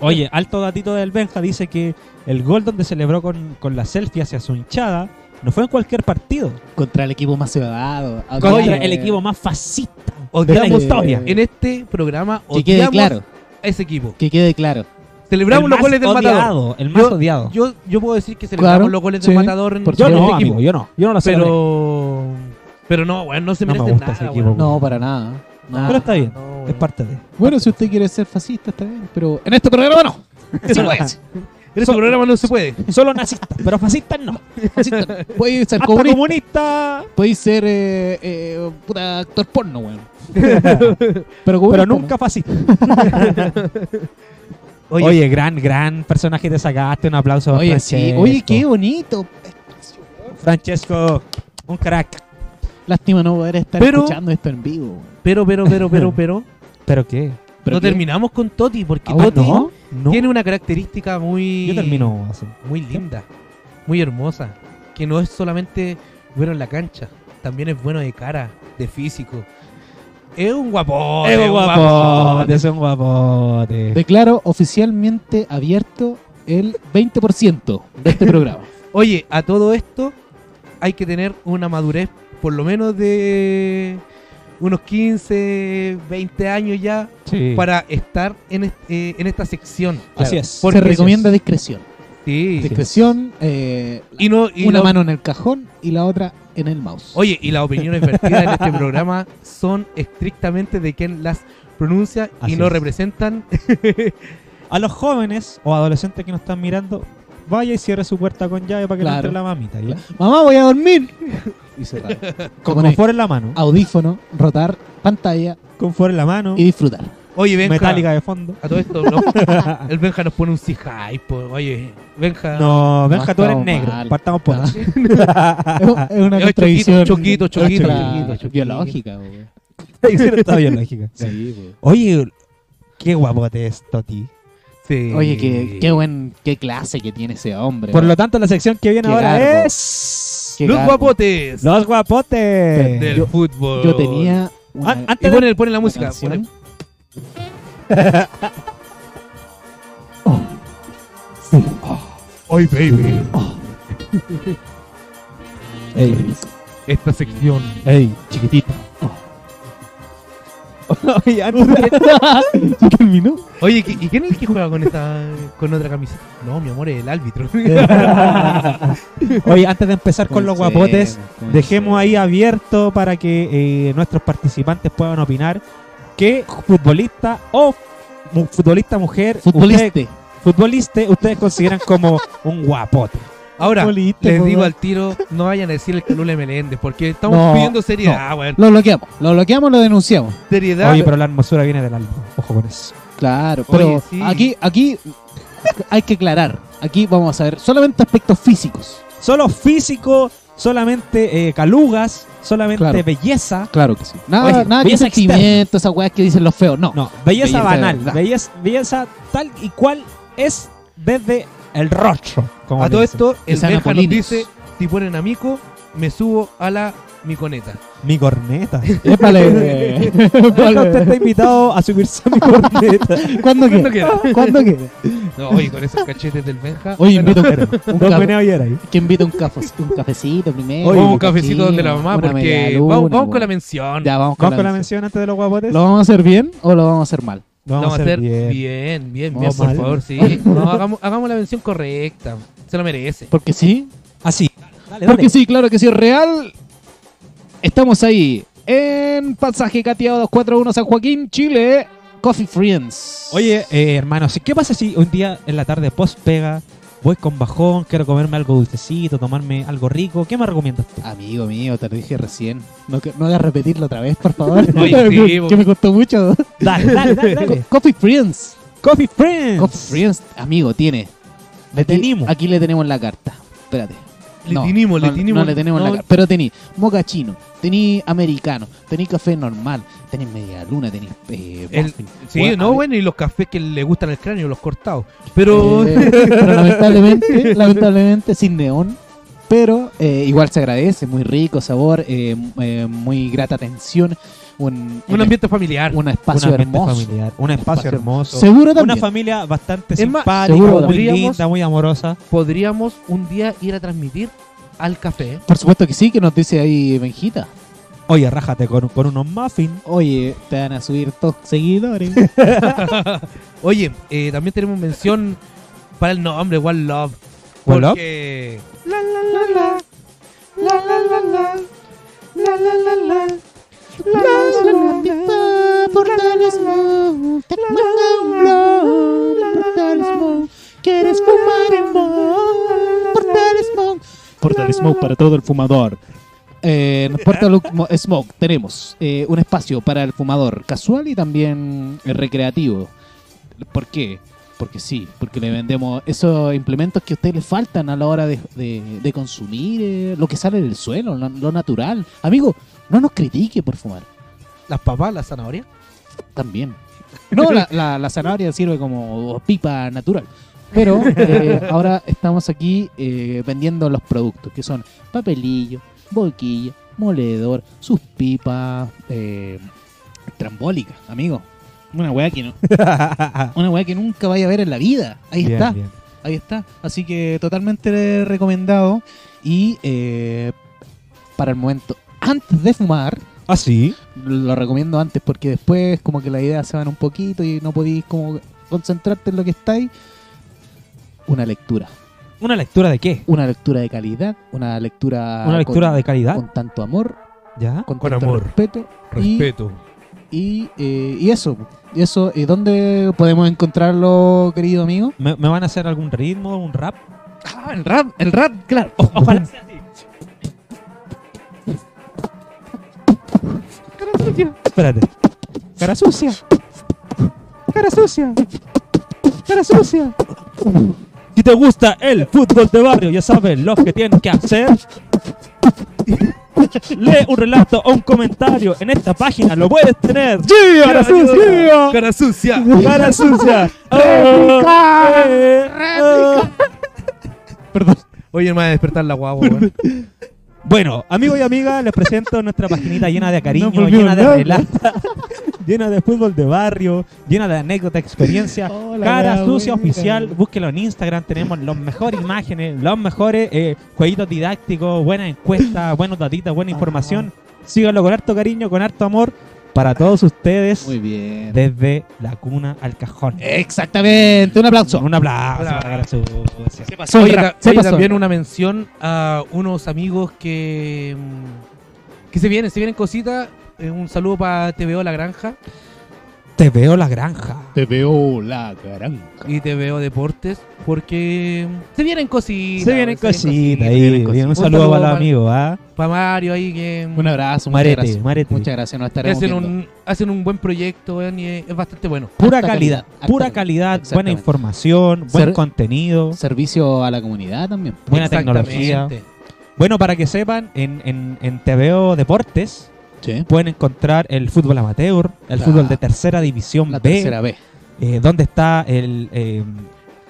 A: Oye, alto datito del Benja dice que el gol donde celebró con, con la selfie hacia su hinchada no fue en cualquier partido.
D: Contra el equipo más cebado.
A: Contra
D: Oye,
A: el equipo más fascista de la
C: Odiamos
D: Dale.
A: historia.
C: en este programa
D: Que quede
C: odiamos
D: claro.
C: a ese equipo.
D: Que quede claro.
C: Celebramos
A: El
C: los
A: más
C: goles del matador.
A: odiado, El más
C: Yo-
A: odiado.
C: Yo, yo puedo decir que celebramos
D: Claro,
C: los goles
D: sí,
C: del matador en
D: por
A: Yo
C: en
A: no,
C: ese este equipo.
A: amigo, yo no. Yo no lo sé. este
C: Pero. Pero no, weón, no se
A: No me
C: merece
A: gusta
C: nada,
A: ese
C: weón.
A: equipo, weón.
D: No, para nada. No.
A: Pero está bien.
C: No,
A: Es
C: weón.
A: parte de.
D: Bueno, si usted quiere ser fascista, está bien. Pero en este programa no. Sí, pues.
C: En este programa no se puede.
A: Solo nazistas, pero fascistas no.
D: Fascista no. Puede ser
A: Hasta
D: comunista.
A: comunista.
D: Puede ser eh, eh, puta, actor porno, weón. Pero,
A: Pero
D: comunista,
A: nunca fascista. Oye, gran, gran personaje te sacaste. Un aplauso para
D: Oye, sí,
A: Francesco.
D: oye, qué bonito.
A: Francesco, un crack.
D: Lástima no poder estar
C: Pero-
D: escuchando esto en vivo.
C: Pero, pero, pero, *laughs* pero, pero.
A: ¿Pero qué?
D: Pero
C: no
D: qué-
C: terminamos con Toti, porque
D: Ah,
C: Toti
D: ¿no?
A: No,
C: tiene una característica muy.
A: yo termino así.
C: Muy linda, muy hermosa. Que no es solamente bueno en la cancha, también es bueno de cara, de físico. Es un guapo,
A: Es un guapote, es un guapote.
D: Declaro oficialmente abierto el 20% de este programa.
C: Oye, a todo esto hay que tener una madurez por lo menos de unos 15, 20 años ya
A: Sí.
C: para estar en, est- eh, en esta sección.
A: Así es.
C: Porque
D: Se recomienda discreción.
C: Sí.
D: Discreción, eh,
C: Y no, y
D: una
C: lo-
D: mano en el cajón y la otra en el mouse.
C: Oye, y las opiniones vertidas en
D: *laughs*
C: este programa son estrictamente de quien las pronuncia
A: Así
C: y no
A: es.
C: representan
A: A los jóvenes o adolescentes que nos están mirando, vaya y cierre su puerta con llave para que
D: Claro.
A: no entre la mamita. ¿ya?
D: Mamá, voy a dormir. Y cerrar.
C: *laughs*
A: Con Ah.
D: Con el
A: confort en la mano.
D: audífono, rotar pantalla
A: Confort en la mano.
D: y disfrutar.
C: Oye, Benja.
A: metálica de fondo.
C: A todo esto,
D: *laughs*
C: no. el Benja nos pone un C-Hype. po. Oye, Benja.
A: No, Benja, tú eres
D: estamos
A: negro.
D: mal.
A: Partamos por
D: Ah.
A: ahí.
D: Es un- es una
C: Es
D: contradicción
C: choquito, choquito, choquito,
D: ultra
C: choquito, choquito.
D: biológica. güey.
A: *laughs* Está bien, lógica.
D: Sí, güey.
A: Oye, qué guapote es Toti.
C: Sí.
D: Oye, qué, qué buen, qué clase que tiene ese hombre.
A: Por
D: güey.
A: lo tanto, la sección que viene
D: Qué
A: ahora
D: garbo.
A: es.
D: Qué
C: Los
D: garbo.
C: guapotes
A: Los guapotes.
C: del
D: yo-
C: fútbol.
D: Yo tenía una,
A: Ah,
C: Y
A: antes de-
C: ponen, ponen la
D: una
C: música.
D: canción.
C: ponen-
D: Oh, sí, oh,
C: Oye, baby.
D: oh, *laughs* qué
A: Ey,
D: rico.
C: Esta sección.
A: ey, chiquitito. *laughs* Oye, antes de-
D: ¿Ya terminó?
C: Oye, ¿qui- ¿y quién es el que juega con esta con otra camiseta? No, mi amor, es el
D: *laughs*
C: árbitro.
A: Oye, antes de empezar con los guapotes, Dejemos ahí abierto para que eh, nuestros participantes puedan opinar qué futbolista o mu- futbolista mujer, ustedes,
D: Futboliste.
A: futboliste, ustedes consideran como un guapote.
C: Ahora,
A: Futbolista,
C: les
A: po,
C: digo
A: weón.
C: al tiro, no vayan a decir el Calule Meléndez, porque estamos
D: No,
C: pidiendo seriedad, weón.
D: Lo bloqueamos, lo bloqueamos, lo denunciamos.
C: Seriedad.
A: Oye, pero la hermosura viene del alma. Ojo con eso.
D: Claro,
C: Oye,
D: pero
C: sí.
D: aquí, aquí hay que aclarar. Aquí vamos a ver solamente aspectos físicos.
A: Solo físico, solamente eh, calugas, solamente
D: Claro.
A: belleza.
D: Claro que sí. Nada,
A: Oye,
D: nada que
A: belleza
D: sentimiento, esas weas que dicen los feos, no.
A: No, belleza,
D: Belleza
A: banal,
D: de verdad.
A: belleza, belleza tal y cual es desde el rostro. Como
C: A
A: le
C: todo
A: dicen.
C: esto,
D: Que
C: el
D: sean
C: Benja nos
D: apolinos.
C: dice, si ponen a Mico, me subo a la miconeta.
A: Mi *laughs* corneta.
D: *laughs*
C: *laughs*
D: Épale. *laughs*
A: Deja, usted
D: Épale.
A: está invitado a subirse a mi corneta.
D: ¿Cuándo
C: ¿Cuándo
D: qué?
C: queda?
D: ¿Cuándo qué?
C: No, oye, con esos cachetes del Benja.
D: Oye,
A: *laughs*
D: invito
A: Pero,
D: *laughs* un,
A: Dos
D: café,
A: meneos y era ahí.
D: que invite un, café- un cafecito primero.
A: Oye,
C: vamos a un
A: un
C: cafecito donde la mamá,
D: una
C: porque
D: medialuna,
C: vamos, vamos
D: weón.
C: con la mención.
D: Ya, vamos
A: Vamos con la
D: mención.
A: mención antes de los guapotes.
D: ¿Lo vamos a hacer bien o lo vamos a hacer mal?
A: Lo
C: Vamos, a hacer bien,
A: bien.
C: bien, bien,
A: Vamos
C: por
A: mal.
C: favor, sí. *laughs* No, hagamos, hagamos la mención correcta. Se lo merece.
D: Porque sí.
A: Así. Ah, Dale,
D: Porque sí, claro que sí, real. Estamos ahí. En pasaje cateado 241 San Joaquín, Chile. Coffee Friends.
A: Oye, eh, hermanos, ¿qué pasa si un día en la tarde post pega, voy con bajón, quiero comerme algo dulcecito, tomarme algo rico? ¿Qué me recomiendas tú?
D: Amigo mío, te lo dije recién. No, que- no hagas repetirlo otra vez, por favor.
C: *laughs* Oye, sí,
D: *laughs* que,
C: bo-
D: que me costó mucho.
A: Dale, dale, dale.
D: Co- *laughs*
A: dale.
D: Coffee Friends.
A: Coffee Friends.
D: Coffee Friends, amigo, tiene.
A: Le
D: Aquí-
A: tenemos.
D: Aquí le tenemos la carta. Espérate.
C: Le
D: No,
C: tenemos, le
D: no,
C: tenemos.
D: no le tenemos la
C: no,
D: cara. Pero tení moca chino, tení americano, tení café normal, tení media luna, tení eh,
C: el-
D: muffin.
C: Sí,
D: Bueno,
C: no,
D: a ver,
C: bueno, y los cafés que le gustan al cráneo, los cortados. Pero *laughs*
D: eh, pero lamentablemente, lamentablemente sin neón. Pero eh, igual se agradece, muy rico sabor, eh, eh, muy grata atención, un,
C: un ambiente familiar.
D: un
A: Un
D: espacio
A: ambiente
D: hermoso.
A: familiar, un espacio
D: Espacio
A: hermoso.
D: Seguro
A: Una
D: también.
A: familia bastante
C: Es más,
A: simpática,
D: seguro
A: muy
C: podríamos-
A: linda, muy amorosa.
C: Podríamos un día ir a transmitir al café.
D: Por supuesto que sí, que nos dice ahí Benjita.
A: Oye, rájate con, con unos muffins.
D: Oye, te van a subir dos seguidores.
C: Oye, eh, también tenemos mención para el nombre, One Love.
A: ¿One Love?
C: porque
D: ¿Quieres fumar en Portal Smoke. Portal Smoke para todo el fumador. Eh, en Portal Mo- Smoke tenemos eh, un espacio para el fumador casual y también eh, recreativo. ¿Por qué? Porque sí, porque le vendemos esos implementos que a ustedes les faltan a la hora de, de- de consumir eh, lo que sale del suelo, lo, lo natural. Amigo, no nos critique por fumar,
C: Las papas, las zanahorias.
D: también. No, la, la- la zanahoria sirve como pipa natural. Pero
A: *laughs*
D: eh, ahora estamos aquí eh, vendiendo los productos, que son papelillo, boquilla, moledor, sus pipas eh, trambólicas, amigo. Una weá que no, una weá que nunca vaya a ver en la vida. Ahí
A: *laughs* Bien,
D: está,
A: bien.
D: ahí está. Así que totalmente recomendado. Y eh, para el momento, antes de fumar,
A: Ah, sí.
D: lo recomiendo antes porque después como que las ideas se van un poquito y no podéis como concentrarte en lo que estáis. Una lectura.
A: ¿Una lectura de qué?
D: Una lectura de calidad, una lectura...
A: ¿Una lectura
D: con,
A: de calidad?
D: Con tanto amor,
A: ¿Ya?
D: con,
C: Con
D: tanto
C: amor.
D: respeto. y-
C: Respeto.
D: Y, eh, y eso, y eso, ¿y dónde podemos encontrarlo, querido amigo?
A: ¿Me, me van a hacer algún ritmo, un rap?
D: Ah, el rap, el rap, claro.
A: Ojalá sea así. Espérate.
B: Cara sucia. Cara sucia. Cara sucia.
A: Si te gusta el fútbol de barrio, ya sabes lo que tienes que hacer. Lee un relato o un comentario en esta página, lo puedes tener.
B: Cara sucia.
C: Cara sucia.
A: Cara sucia.
B: Réplica.
A: eh, ah. Perdón.
C: Oye, me va a despertar la guagua, weón.
A: Bueno, amigos y amigas, les presento nuestra paginita llena de cariño,
D: No volvió
A: llena de
D: nada. *laughs*
A: relatos, llena de fútbol de barrio, llena de anécdota, experiencia.
D: Hola,
A: Cara
D: la
A: sucia
D: abuela.
A: oficial, búsquelo en Instagram, tenemos las mejores imágenes, los mejores eh, jueguitos didácticos, buenas encuestas, buenos datitas, buena información. Síganlo con harto cariño, con harto amor para todos ustedes
D: Muy bien.
A: desde la cuna al cajón.
D: Exactamente, un aplauso.
A: Un aplauso
C: Hola.
A: para Cara Sucia.
D: Se pasó,
C: Oye,
D: Ra-
C: ta-
D: se
C: oye,
D: pasó.
C: también una mención a unos amigos que mm, que se vienen, se vienen cositas. Eh, un saludo para TVO La Granja
A: Te veo la granja.
D: Te veo la granja.
C: y TVO Deportes porque mm, se vienen cositas.
A: Se vienen cositas
C: se vienen
A: ahí.
C: cositas.
A: bien, Un saludo para
C: pa-
A: los amigos, ¿ah?
C: Para Mario ahí que mm,
D: Un abrazo, muchas
A: Marete,
D: gracias.
A: marete.
D: Muchas gracias, nos
C: que
D: estaremos
C: hacen
D: viendo.
C: un hacen un buen proyecto weón, y es, es bastante bueno.
A: Pura
D: Alta
A: calidad,
D: calidad,
A: pura
D: alta
A: calidad,
D: calidad,
A: buena
D: exactamente.
A: información, buen
D: Ser-
A: contenido,
D: Servicio a la comunidad también.
A: buena
C: Exactamente.
A: tecnología. Bueno, para que sepan, en, en, en TVO Deportes
D: Sí.
A: pueden encontrar el fútbol amateur, el
D: Ah,
A: fútbol de tercera división
D: La
A: B,
D: tercera B.
A: eh, donde está el eh,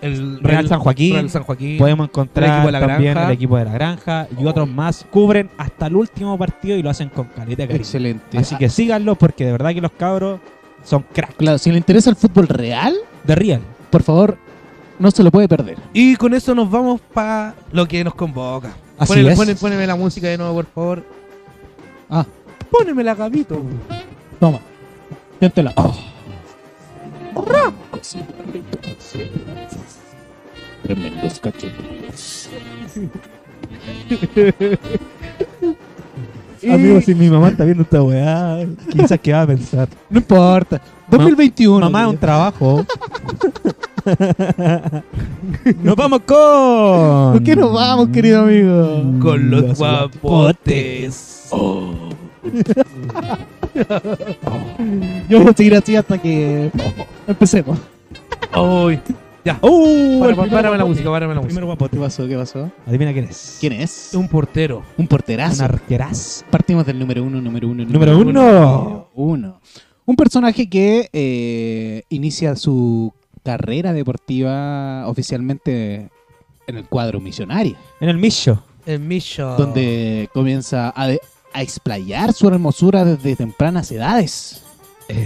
C: El
A: Real San Joaquín.
C: Real San Joaquín.
A: podemos
C: El
A: encontrar
C: equipo de la
A: también
C: Granja.
A: el equipo de la granja y otros más. Cubren hasta el último partido y lo hacen con caleta de cariño.
D: Excelente.
A: Así
D: Ah,
A: que síganlo porque de verdad que los cabros son cracks
D: claro, si le interesa el fútbol real,
A: de real.
D: por favor, no se lo puede perder.
C: Y con eso nos vamos para lo que nos convoca.
A: Así
C: Ponele-
A: es.
C: ponele- Póneme la música de nuevo, por favor.
D: Ah,
C: Póneme la gabito.
D: toma. Siéntela. Tremendos cachetes.
A: Amigos, si mi mamá está viendo esta weá, quizás que va a pensar.
D: No importa. 2021.
A: Mamá, un trabajo. *laughs* nos vamos con.
D: ¿Por qué nos vamos, querido amigo?
C: Con los,
A: Mm, Los
C: guapotes.
D: Yo voy a seguir así hasta que empecemos.
C: Ay. Ya.
A: ¡Uh!
C: Para-
A: el
C: para-
A: primer
C: párame la
A: guapote.
C: música, párame la
A: El primer
C: música.
A: guapote.
D: ¿Qué pasó? ¿Qué pasó?
A: Adivina quién es.
D: ¿Quién es?
C: Un portero.
D: Un
A: Un
D: porterazo.
A: arqueraz.
D: Partimos del número uno, número uno,
A: Número uno.
D: número uno. Un personaje que eh, inicia su carrera deportiva oficialmente en el cuadro millonario,
A: En el Micho.
C: El
A: Ah.
C: Micho.
D: donde comienza a, de- a explayar su hermosura desde tempranas edades.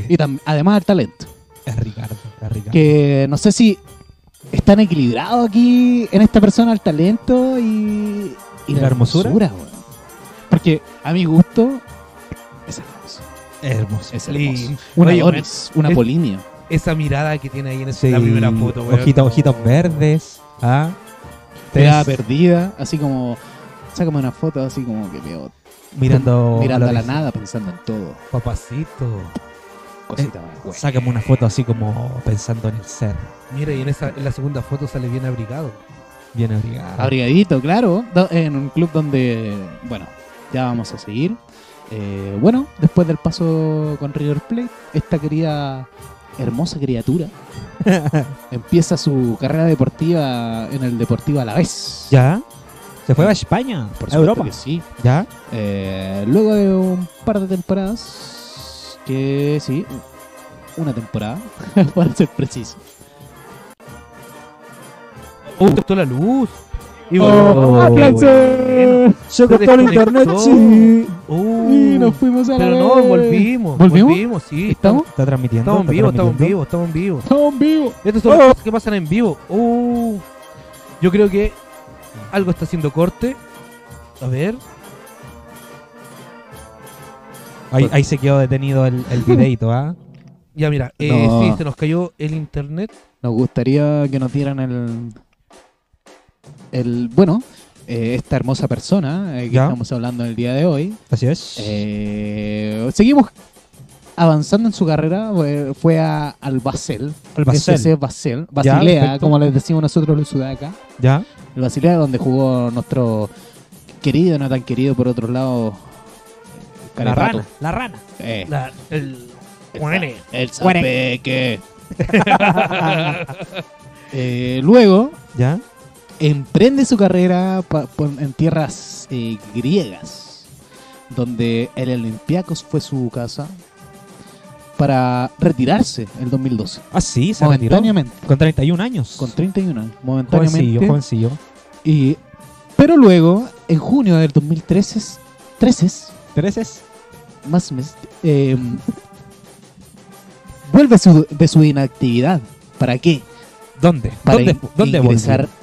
D: Y tam- además el talento.
A: Es Ricardo. Es Ricardo.
D: que no sé si están equilibrados aquí en esta persona el talento y,
A: ¿Y la hermosura?
D: weón. Porque a mi gusto es hermoso.
A: Hermoso.
D: Es
C: Li-
D: hermoso. Una
C: Oye,
D: Doris, una
C: es-
D: Polinia.
C: Esa mirada que tiene ahí en esa-
A: Sí.
C: la primera foto, weón.
A: Ojitos, ojitos verdes. ¿Ah?
D: Te da
A: Tres
D: perdida, así como. Sácame una foto así como que veo.
A: Mirando,
D: *laughs* mirando a la
A: colores.
D: nada, pensando en todo.
C: Papacito.
D: Cosita
A: Eh,
D: más, güey.
A: Sácame una foto así como pensando en el ser.
C: Mira, y en, esa, en la segunda foto sale bien abrigado.
A: Bien abrigado.
D: Abrigadito, claro. do- En un club donde. Bueno, ya vamos a seguir. Eh, bueno, después del paso con River Plate, esta querida hermosa
A: *laughs*
D: criatura empieza su carrera deportiva en el Deportivo a la vez.
A: ¿Ya? Se fue a España,
D: Por
A: a
D: supuesto
A: Europa.
D: que sí.
A: ¿Ya?
D: Eh, luego de un par de temporadas, que sí, una temporada, *laughs* para ser preciso.
C: ¡Uh, cortó la luz! Y
A: Oh,
C: bueno.
A: Se cortó el internet,
C: desconectó.
A: sí.
C: ¡Uh!
D: Y nos fuimos a la
C: Pero no,
D: vez.
C: volvimos.
D: ¿Volvimos?
C: Volvimos, sí.
D: ¿Estamos?
A: Está transmitiendo.
C: Estamos en
A: está
C: vivo, estamos
A: transmitiendo.
C: en vivo, estamos en vivo.
D: Estamos vivos.
C: Estas son las cosas que pasan en vivo. Uh, yo creo que algo está haciendo corte. A ver.
A: Ahí, ahí se quedó detenido el, el videito, ¿ah?
C: Ya mira, eh,
D: No.
C: sí, se nos cayó el internet.
D: Nos gustaría que nos dieran el. el bueno, eh, esta hermosa persona eh, que
A: Ya.
D: estamos hablando el día de hoy.
A: Así es.
D: Eh, seguimos avanzando en su carrera. eh, Fue a, al Basel.
A: Al Basel.
D: FC
A: Ya,
D: Basel. Basilea,
A: perfecto.
D: como les decimos nosotros los sudacas.
A: ¿Ya?
D: El Basilea, donde jugó nuestro querido, no tan querido por otros lados.
A: La
D: Carepato.
A: rana. La rana.
D: Eh,
C: La- el,
D: el
A: Bueno.
D: Zapeque. *laughs* Eh, luego
A: ¿Ya?
D: emprende su carrera pa- por- en tierras eh, griegas, donde el Olympiacos fue su casa para retirarse el 2012.
A: Ah, sí, se retiró.
D: momentáneamente,
A: Con 31 años.
D: con 31 años, momentáneamente.
A: jovencillo, jovencillo.
D: Y, pero luego, en junio del 2013, 13,
A: ¿Tereses?
D: más mes, eh, vuelve su- de su inactividad. ¿Para qué?
A: ¿Dónde?
D: para
A: ¿Dónde,
D: in-
A: dónde
D: ingresar
A: volvió?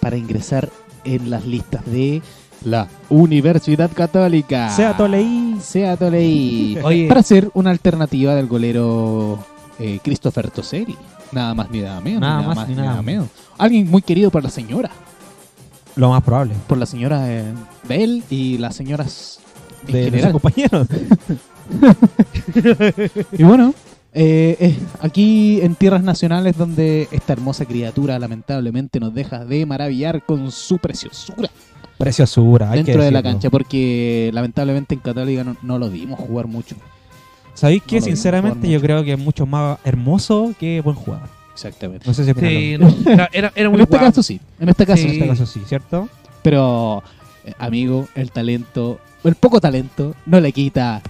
D: para ingresar en las listas de la Universidad Católica.
A: Sea Toleí.
D: Sea *laughs* Toleí.
C: Oye.
D: Para ser una alternativa del golero eh, Christopher Toseri. Nada más ni nada menos.
A: Nada más ni nada
D: menos. Alguien muy querido por la señora.
A: Lo más probable.
D: Por la señora eh, de él y las señoras en
A: De sus
D: general. *laughs*
A: compañeros.
D: Y bueno, eh, eh, aquí en tierras nacionales donde esta hermosa criatura lamentablemente nos deja de maravillar con su preciosura.
A: Preciosura. hay que
D: dentro de la
A: decirlo.
D: cancha, porque lamentablemente en Católica no, no lo vimos jugar mucho.
A: ¿Sabéis qué?
D: No lo vi
A: Sinceramente,
D: jugar
A: yo
D: mucho.
A: creo que es mucho más hermoso que buen jugador.
D: Exactamente.
A: No sé si opinan lo
C: Sí,
A: mismo.
C: no, era, era,
A: *laughs*
C: era
D: En
C: muy
D: este
C: guapo.
D: caso sí, en este caso
C: Sí.
A: En
D: sí.
A: este caso sí, ¿cierto?
D: Pero, eh, amigo, el talento, el poco talento, no le quita.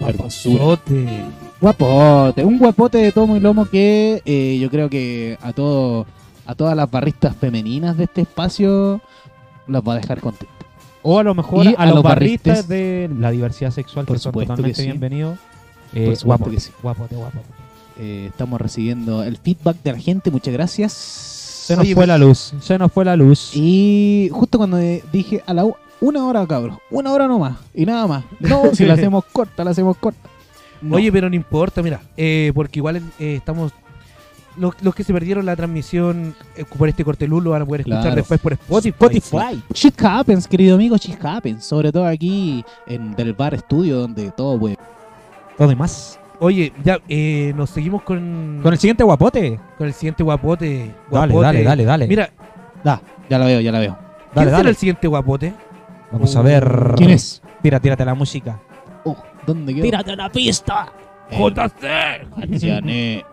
D: La hermosura.
C: Zote.
D: Guapote, un guapote de tomo y lomo que eh, yo creo que a todo, a todas las barristas femeninas de este espacio las va a dejar contentas.
A: O a lo mejor
D: Y
A: a,
D: a
A: los
D: los
A: barristas
D: barristas.
A: de la diversidad sexual,
D: Por
A: que son
D: supuesto que
A: totalmente
D: sí.
A: bienvenidos. Eh,
D: Por supuesto
A: guapote,
D: que sí.
A: guapote, guapote.
D: Eh, estamos recibiendo el feedback de la gente, muchas gracias.
A: Se nos fue la luz, se nos fue la luz.
D: pues. Y justo cuando eh, dije a la u- una hora, cabros, una hora nomás, y nada más.
A: *laughs*
D: No, si la hacemos corta, la hacemos corta. No.
C: Oye, pero no importa, mira, eh, porque igual eh, estamos... Los, los que se perdieron la transmisión eh, por este corte de luz lo van a poder escuchar
D: Claro.
C: después por Spotify.
D: pues
A: Spotify.
D: shit happens, querido amigo, shit happens. Sobre todo aquí en Del Bar Estudio, donde todo puede.
A: Todo y más.
C: Oye, ya, eh, nos seguimos con,
A: Mm. Con el siguiente guapote.
C: con el siguiente guapote.
A: Dale,
C: guapote.
A: dale, dale, dale.
C: Mira,
D: Da, ya la veo, ya la veo.
C: ¿quién
A: dale,
C: será
A: dale.
C: el siguiente guapote?
A: Vamos a ver.
D: ¿Quién es?
A: Tira, tírate la música.
D: Oh, ¿dónde quedó? Eh,
B: Tírate a la pista.
C: ¡JC!
D: Marciané.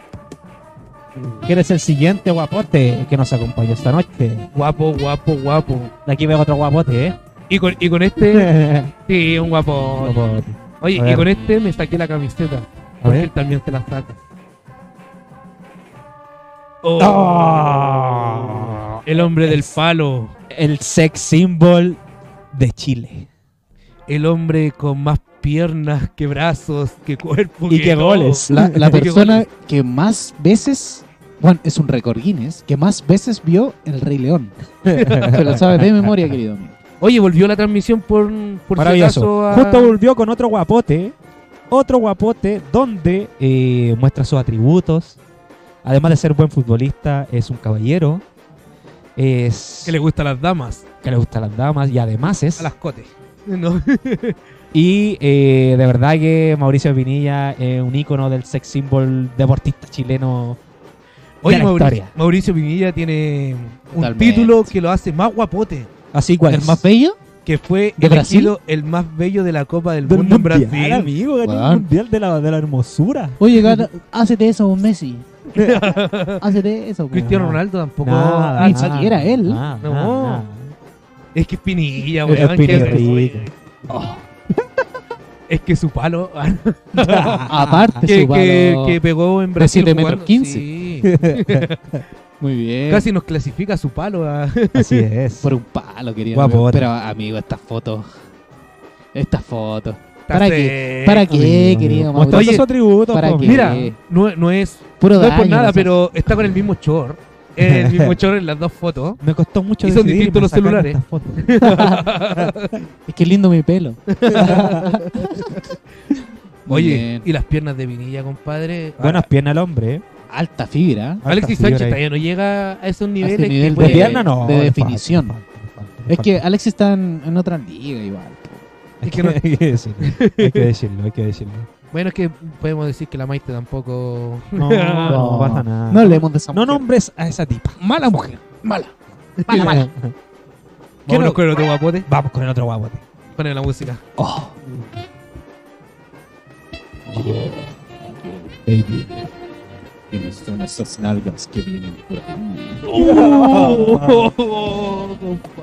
A: ¿Quién es el siguiente guapote que nos acompaña esta noche?
C: Guapo, guapo, guapo.
A: De aquí veo otro guapote, ¿eh?
C: Y con, y con este, sí, un guapo.
A: *laughs* Guapote. A
C: Oye, y
A: ver.
C: con este me saqué la camiseta.
A: A
C: Porque
A: ver.
C: él también te la saca.
A: ¡Ah! Oh.
C: El hombre del palo.
A: El sex symbol de Chile.
C: El hombre con más piernas que brazos, que cuerpo.
A: Y que
C: todo.
A: goles.
D: La, la
C: Qué
D: persona que más veces. Bueno, es un récord Guinness que más veces vio el Rey León. Te lo sabes de memoria, querido amigo.
C: Oye, volvió la transmisión por, por si acaso
A: Maravilloso.
C: a-
A: Justo volvió con otro guapote. Otro guapote donde eh, muestra sus atributos. Además de ser buen futbolista, es un caballero. Es
C: que le gustan las damas.
A: que le gustan las damas y además es.
C: A las
A: *laughs*
C: cotes. No.
A: Y eh, de verdad que Mauricio Pinilla es un ícono del sex symbol deportista chileno.
C: Oye,
A: de la
C: Mauricio,
A: historia.
C: Mauricio Pinilla tiene un
D: Totalmente.
C: título que lo hace más guapote.
A: Así cual.
D: ¿El
A: es.
D: más bello?
C: que fue
D: ¿De Brasil?
C: elegido el más bello de la Copa del,
A: Del
C: Mundo en
A: mundial, Ah,
C: Brasil.
A: amigo, ganó
D: Weón.
A: el mundial de la, de la hermosura.
D: Oye, gana, hácete eso, Messi. hácete eso. pues. weón.
C: Cristiano Ronaldo tampoco.
D: ni
C: Ah,
D: nada. siquiera él.
A: nada,
C: No.
A: nada.
C: Es que es Pinilla,
A: Es
C: weón. que-
A: Pinilla.
C: Es que su palo. *laughs*
D: Aparte,
C: que,
D: su
C: que,
D: palo-
C: que pegó en Brasil.
D: 7 metros
C: jugando,
D: 15.
C: sí.
D: Muy bien.
C: Casi nos clasifica su palo. a-
A: Así es.
D: Por un palo, querido.
A: Guapo, guapo.
D: amigo. Pero, amigo, estas fotos. Estas fotos. ¿Para qué? ¿Para qué,
A: Amigo,
D: querido
A: amigo. Mostrando
D: Mauro?
C: Oye,
A: su atributo,
D: ¿para
A: po,
D: qué?
A: amigo.
C: Mira,
D: Eh.
C: no, no es,
D: Puro
C: no es
D: daño,
C: por nada,
D: no sé.
C: pero está con el mismo short. El
D: *laughs*
C: mismo short en las dos fotos.
A: me costó mucho
C: Y son
A: decidirme
C: distintos los
A: sacar
C: celulares.
A: estas fotos.
D: Es que lindo mi pelo. *laughs* Muy
C: Oye,
D: bien.
C: y las piernas de Vinilla, compadre.
A: Buenas piernas al hombre, eh.
D: Alta fibra.
C: Ah, Alexis
A: Alta fibra
C: Sánchez
A: ahí.
C: todavía no llega a esos niveles.
D: ese nivel
C: que
D: de
A: De
C: puede-
A: pierna no.
D: de
A: le falta,
D: definición.
A: le falta, le falta, le
D: Es que
A: falta.
D: Alex está en, en otra liga igual.
A: Hay
C: es que
A: *laughs*
C: no-
A: hay que decirlo, hay que decirlo, hay que decirlo.
C: Bueno, es que podemos decir que la Maite
D: *laughs*
C: tampoco.
A: *laughs* No,
D: Ah, No.
A: no, pasa nada.
D: No hablemos de esa
A: No
D: mujer.
A: nombres a esa tipa.
D: Mala mujer. Mala. Mala, mala.
A: ¿Qué
C: Vámonos
A: no-
C: con el otro guapote.
A: Vamos con el otro guapote.
C: Ponen la
D: *laughs*
C: música.
D: Oh.
F: Baby, ¿quiénes son esas nalgas que vienen por ahí?
D: Oh,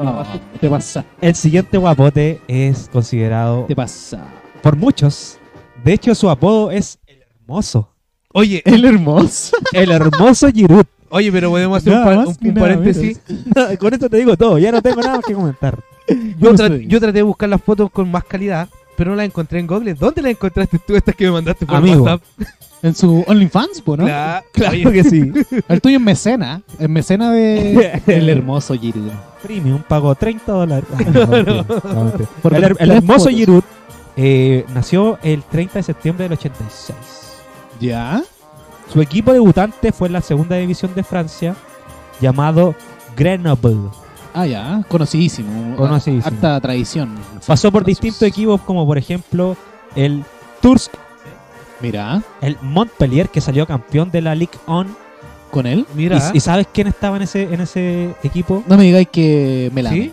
D: No, te pasa.
A: El siguiente guapote es considerado
D: Te pasa.
A: por muchos. De hecho, su apodo es el hermoso.
C: Oye,
D: El *laughs* hermoso.
A: El hermoso Giroud. *laughs*
C: oye, pero podemos hacer un,
A: Nada
C: par-
A: más
C: un-
A: ni
C: un
A: nada
C: paréntesis.
A: No, con esto te digo todo. Ya no tengo nada más que comentar.
C: Yo, tra- yo traté de buscar las fotos con más calidad, pero no las encontré en Google. ¿Dónde las encontraste tú estas que me mandaste por
A: Amigo.
C: WhatsApp?
D: En su OnlyFans, po, ¿no?
C: Cla-
A: Claro
C: oye,
A: que sí.
D: El tuyo en mecena. En mecena *laughs* de. El hermoso Giru.
A: Premium pagó 30
D: *laughs*
A: dólares. Ah, no, mentira, no, mentira.
D: Por
A: el,
D: ver
A: her- el
D: tres
A: hermoso
D: fotos.
A: Giroud eh, nació el 30 de septiembre del 86.
D: ¿Ya?
A: Su equipo debutante fue en la segunda división de Francia, llamado Grenoble.
D: Ah, ya. Conocidísimo.
A: Conocidísimo.
D: Harta tradición.
A: Pasó por distintos equipos como por ejemplo el Tours,
D: Mira,
A: el Montpellier que salió campeón de la Ligue 1.
D: con él.
C: Mira,
A: ¿Y, y sabes quién estaba en ese, en ese equipo?
D: No me digáis que me la.
C: ¿sí?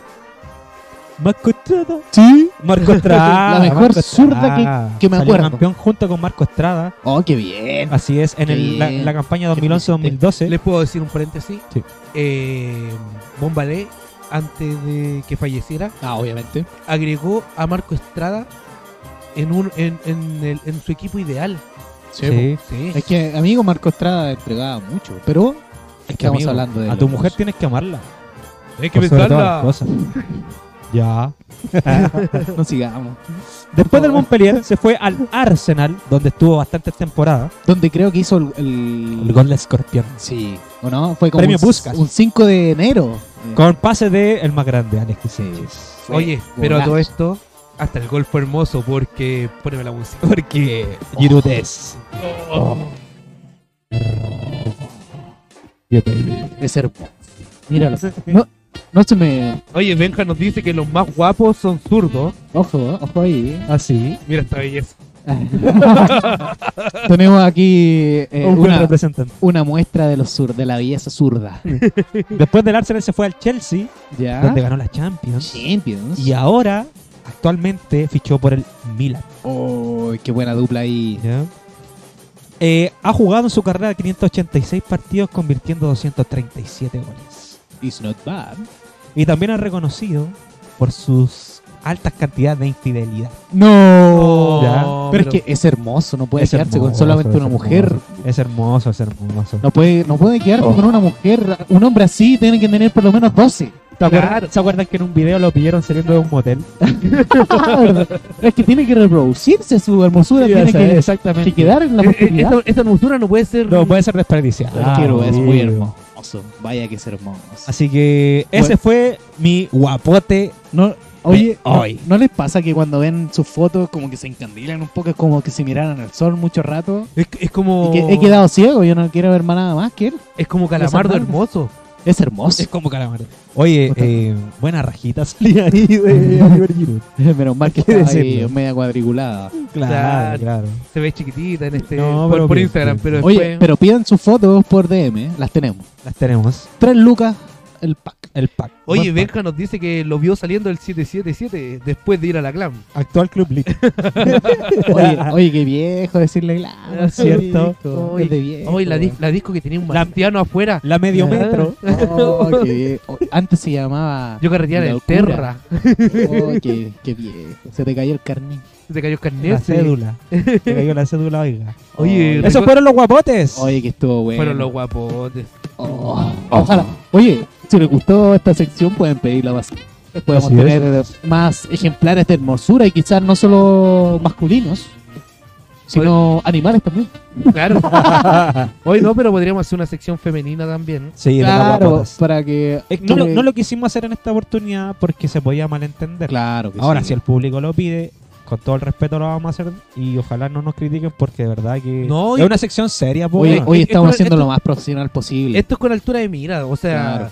A: Marco Estrada.
D: ¿Sí?
A: Marco *laughs* Estrada.
D: La mejor
A: Marco Estrada.
D: zurda que- que me
A: Salió
D: acuerdo.
A: campeón junto con Marco Estrada.
D: Oh, qué bien.
A: Así es, en
D: Qué
A: el- la,
D: bien.
A: la campaña
D: Qué bien
A: 2011-2012.
C: ¿Les puedo decir un paréntesis?
A: Sí.
C: Eh, Bombalé, antes de que falleciera,
D: Ah, obviamente.
C: agregó a Marco Estrada en, un, en, en, el- en su equipo ideal.
D: Sí.
A: Sí.
C: Sí.
D: po. Es que amigo Marco Estrada entregaba mucho, pero estamos
A: Amigo,
D: hablando de
A: A
D: lo
A: tu
D: hermoso.
A: mujer tienes que amarla.
C: Hay
A: por sobre todas las
D: *laughs*
A: cosas. Ya.
D: no sigamos.
A: Después del Montpellier se fue al Arsenal, donde estuvo bastantes temporadas.
D: Donde creo que hizo el, el-
A: El gol de escorpión.
D: Sí. ¿O no? Fue como
A: Premio
D: un,
A: Puskás.
D: un 5 de enero. Eh,
A: Con pase de el más grande, Alexis
D: Sí.
A: Sánchez.
D: fue
C: Oye, pero a
D: golazo.
C: todo esto, hasta el gol fue hermoso porque. Poneme la música.
A: Porque Giroud es. Oh.
F: Yeah, baby.
D: Es hermoso. Míralo. No, no se me.
C: Oye, Benja nos dice que los más guapos son zurdos.
D: Ojo,
A: *laughs*
D: ojo ahí. ¿eh?
A: Así.
C: Mira esta belleza.
D: Tenemos aquí eh,
A: un buen
D: una,
A: representante.
D: una muestra de los sur, de la belleza zurda.
A: Después del Arsenal se fue al Chelsea,
D: ¿Ya?
A: donde ganó la Champions.
D: Champions.
A: Y ahora, actualmente, fichó por el Milan.
D: Oh, qué buena dupla ahí.
A: ¿ya? Eh, ha jugado en su carrera 586 partidos, convirtiendo 237 goles.
D: It's not bad.
A: Y también es reconocido por sus altas cantidades de infidelidad.
D: No. Oh, pero, es
C: pero-
D: que es hermoso, no puede
A: Es
D: quedarse con
A: hermoso,
D: solamente
A: es
D: una
A: hermoso.
D: mujer.
A: Es hermoso, es hermoso.
D: No puede, no puede quedarse con una mujer. Un hombre así tiene que tener por lo menos 12.
A: ¿Te acuerdas-
D: *laughs*
C: Claro.
A: ¿Se acuerdan que en un video lo pillaron saliendo de un motel?
D: es que tiene que reproducirse su hermosura,
A: Sí,
D: tiene
A: esa
D: que,
A: es, exactamente.
D: que quedar en la Ah,
C: Eh, eh,
D: oportunidad.
C: Esta, esta hermosura no puede ser.
A: No puede ser desperdiciado.
D: Quiero, es muy
A: amigo.
D: hermoso. Vaya que es hermoso.
A: Ah, Así que ese
D: Bueno.
A: fue mi guapote.
D: No, oye,
A: Me- hoy.
D: ¿no, no les pasa que cuando ven sus fotos como que se encandilan un poco? Es como que se miraran al sol mucho rato.
C: Es, es como.
D: Y que he quedado ciego, yo no quiero ver más nada más que él.
C: Es como calamardo
D: Esas
C: hermoso.
D: Es hermoso.
A: como calamar. Oye, eh, buena rajita *laughs* salía ahí *laughs* de
D: *laughs* Menos mal que
A: ¿Qué
D: estaba ahí
A: decirlo?
D: media cuadriculada.
A: Claro, claro.
C: Se ve chiquitita en este.
A: No,
C: por,
A: pero
C: por
A: bien,
C: Instagram,
A: bien.
C: pero
D: Oye,
C: después-
D: pero pidan sus fotos por DM, ¿eh? las tenemos.
A: Las tenemos.
D: Tres lucas el
C: *laughs*
D: pack.
A: El pack.
C: Oye,
A: Buen pack.
C: Benja nos dice que lo vio saliendo del 777 después de ir a la clan.
A: Actual Club League.
D: Oye, oye, qué viejo decirle Glamour.
A: Es cierto.
D: viejo, es de viejo,
C: Ah, Oye, la,
D: weón.
C: dis- la disco que tenía un
A: La-
C: marciano afuera.
A: *laughs* La *laughs* medio metro.
D: *laughs* Oh, qué viejo. Antes se llamaba.
C: Yo carreteaba en el
D: Locura.
C: Terra. *laughs*
D: Oh, qué, qué viejo. Se te cayó el carnet.
C: Se cayó el carnet.
A: La
C: se-
A: *laughs* cédula. Te cayó la cédula, oiga.
C: Oye,
D: Oye,
A: Esos fueron los guapotes.
D: Oye, que estuvo bueno.
C: Fueron los guapotes.
D: Oh, ojalá. Oye, si les gustó esta sección, pueden pedirla más. Podemos
A: Así es.
D: tener más ejemplares de hermosura y quizás no solo masculinos, sino animales también.
C: Claro. Hoy no, pero podríamos hacer una sección femenina también.
A: Sí, de los
D: Claro,
A: guapotes.
D: para que.
A: Es que No, lo, no lo quisimos hacer en esta oportunidad porque se podía malentender.
D: Claro que
A: Ahora,
D: sí.
A: si el público lo pide, con todo el respeto lo vamos a hacer y ojalá no nos critiquen porque de verdad que
C: No, y-
A: es una sección seria. po,
D: Hoy,
A: weón.
D: hoy
C: Esto-
D: estamos
C: esto-
D: haciendo lo más profesional posible.
C: Esto es con altura de mira, o sea,
D: Claro.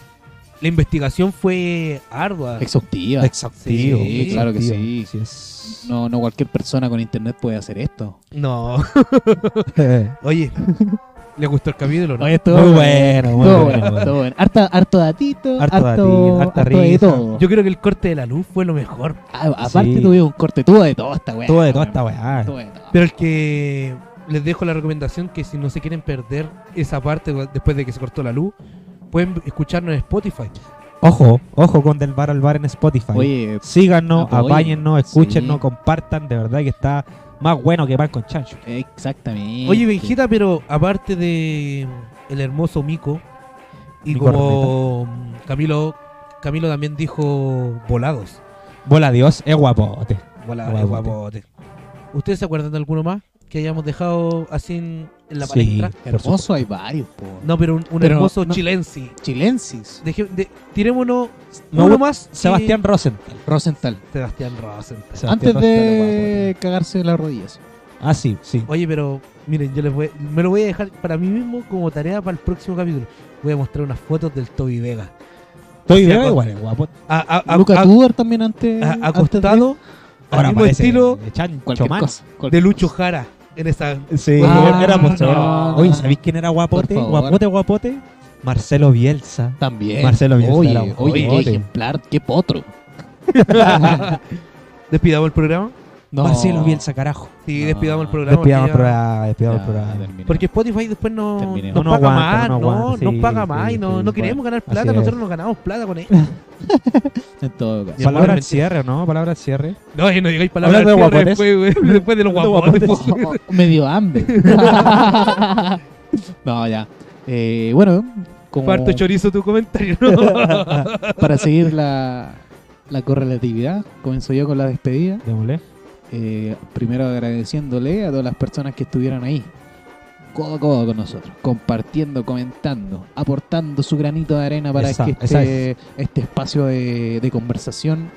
C: la investigación fue ardua.
D: Exhaustiva.
A: Exhaustivo,
D: Sí,
A: exhaustivo.
D: claro que sí.
A: Así es. *laughs*
D: No, no cualquier persona con internet puede hacer esto.
C: No, *laughs* oye, ¿le gustó el capítulo? No?
D: Oye, estuvo
A: Muy bueno, muy
D: Estuvo
A: bueno.
D: bueno, estuvo bueno. Harto, harto datito,
A: Harto
D: harto,
A: datito,
D: harto,
A: harta
D: de
A: risa.
D: todo.
C: Yo creo que el corte de la luz fue lo mejor,
D: A- aparte
A: Sí.
D: tuve un corte, tuvo de todo esta weá.
A: Todo de toda
D: weón.
A: esta weá.
D: Tuvo de todo.
C: pero el que les dejo la recomendación que si no se quieren perder esa parte después de que se cortó la luz, pueden escucharnos en Spotify.
A: Ojo, ojo con Del Bar al Bar en Spotify.
D: Oye,
A: Síganos,
D: Apoyen.
A: apáyennos, escúchenos,
D: Sí.
A: compartan. De verdad que está más bueno que pan con chancho.
D: exactamente.
C: Oye, Benjita, pero aparte de el hermoso Mico y
A: Mico
C: como Camilo Camilo también dijo volados.
A: Bola Dios, es guapote.
C: Hola,
A: Guapote.
C: guapote. ¿Ustedes se acuerdan de alguno más que hayamos dejado así en, en la
A: Sí.
C: palestra?
D: hermoso hay varios, po.
C: No, pero un, un
D: Pero
C: hermoso
D: no-
C: chilensi.
D: Chilensis,
C: Deje- de- tiremos uno,
A: Me
C: uno
A: gusta
C: más.
A: Sebastián Rosenthal.
D: Rosenthal.
C: y- Sebastián Rosenthal.
A: Sebastián
D: Antes
A: Rosenthal es
D: de cagarse las rodillas.
A: guapote. Ah, sí, sí.
C: Oye, pero miren, yo les voy, me lo voy a dejar para mí mismo como tarea para el próximo capítulo. Voy a mostrar unas fotos del Toby Vega.
A: Estoy de
C: Sebastián
A: igual, es guapote.
C: A- a- a-
D: Luca
C: a-
D: Tudor también antes.
C: a-
D: antes
C: acostado al
A: Ahora
C: mismo
A: parece
C: estilo
A: de chancho
D: cualquier
A: man.
D: cosa,
C: de
D: cualquier
C: Lucho
D: cosa.
C: Jara en esa
A: Sí,
D: Ah,
A: era poseedor.
D: no.
A: Oye, ¿sabéis quién era guapote?
D: Por favor.
A: Guapote, guapote. Marcelo Bielsa.
D: También.
A: Marcelo Bielsa
D: Oye,
A: era
D: oye,
A: un
D: qué
A: bote.
D: ejemplar, qué potro.
C: despidamos el programa.
D: No.
A: Marcelo Bielsa, carajo.
C: Sí,
D: No.
C: despidamos el programa.
A: Despidamos
C: que
A: el
C: ya-
A: programa,
D: Oh. Ya,
A: despidamos el programa.
D: terminó.
C: Porque Spotify después no,
D: Terminemos.
C: nos
A: No, no
C: paga
A: aguanta,
C: más,
A: no
C: no,
A: aguanta,
C: nos
A: sí,
C: paga
A: sí,
C: más y no,
A: sí,
C: no queremos ganar plata,
A: es.
C: nosotros nos ganamos plata con esto.
D: en todo caso.
C: Ya,
A: Palabra
C: hermano,
A: al cierre, ¿no? Palabra al cierre.
C: *laughs* No, y no digáis palabras
A: Hablando de
C: al cierre
A: guapotes.
C: después, güey, después de los
A: Hablando
C: guapotes.
A: de
D: *laughs*
C: *laughs*
D: Oh, me dio hambre. *laughs* no, ya. Eh, bueno, como
C: Parto chorizo tu comentario.
A: *laughs*
D: para seguir la, la correlatividad, comienzo yo con la despedida.
A: Démosle.
D: Eh, primero agradeciéndole a todas las personas que estuvieron ahí, codo a codo con nosotros, compartiendo, comentando, aportando su granito de arena para
A: Esa-
D: que
A: esa
D: este, este espacio de, de conversación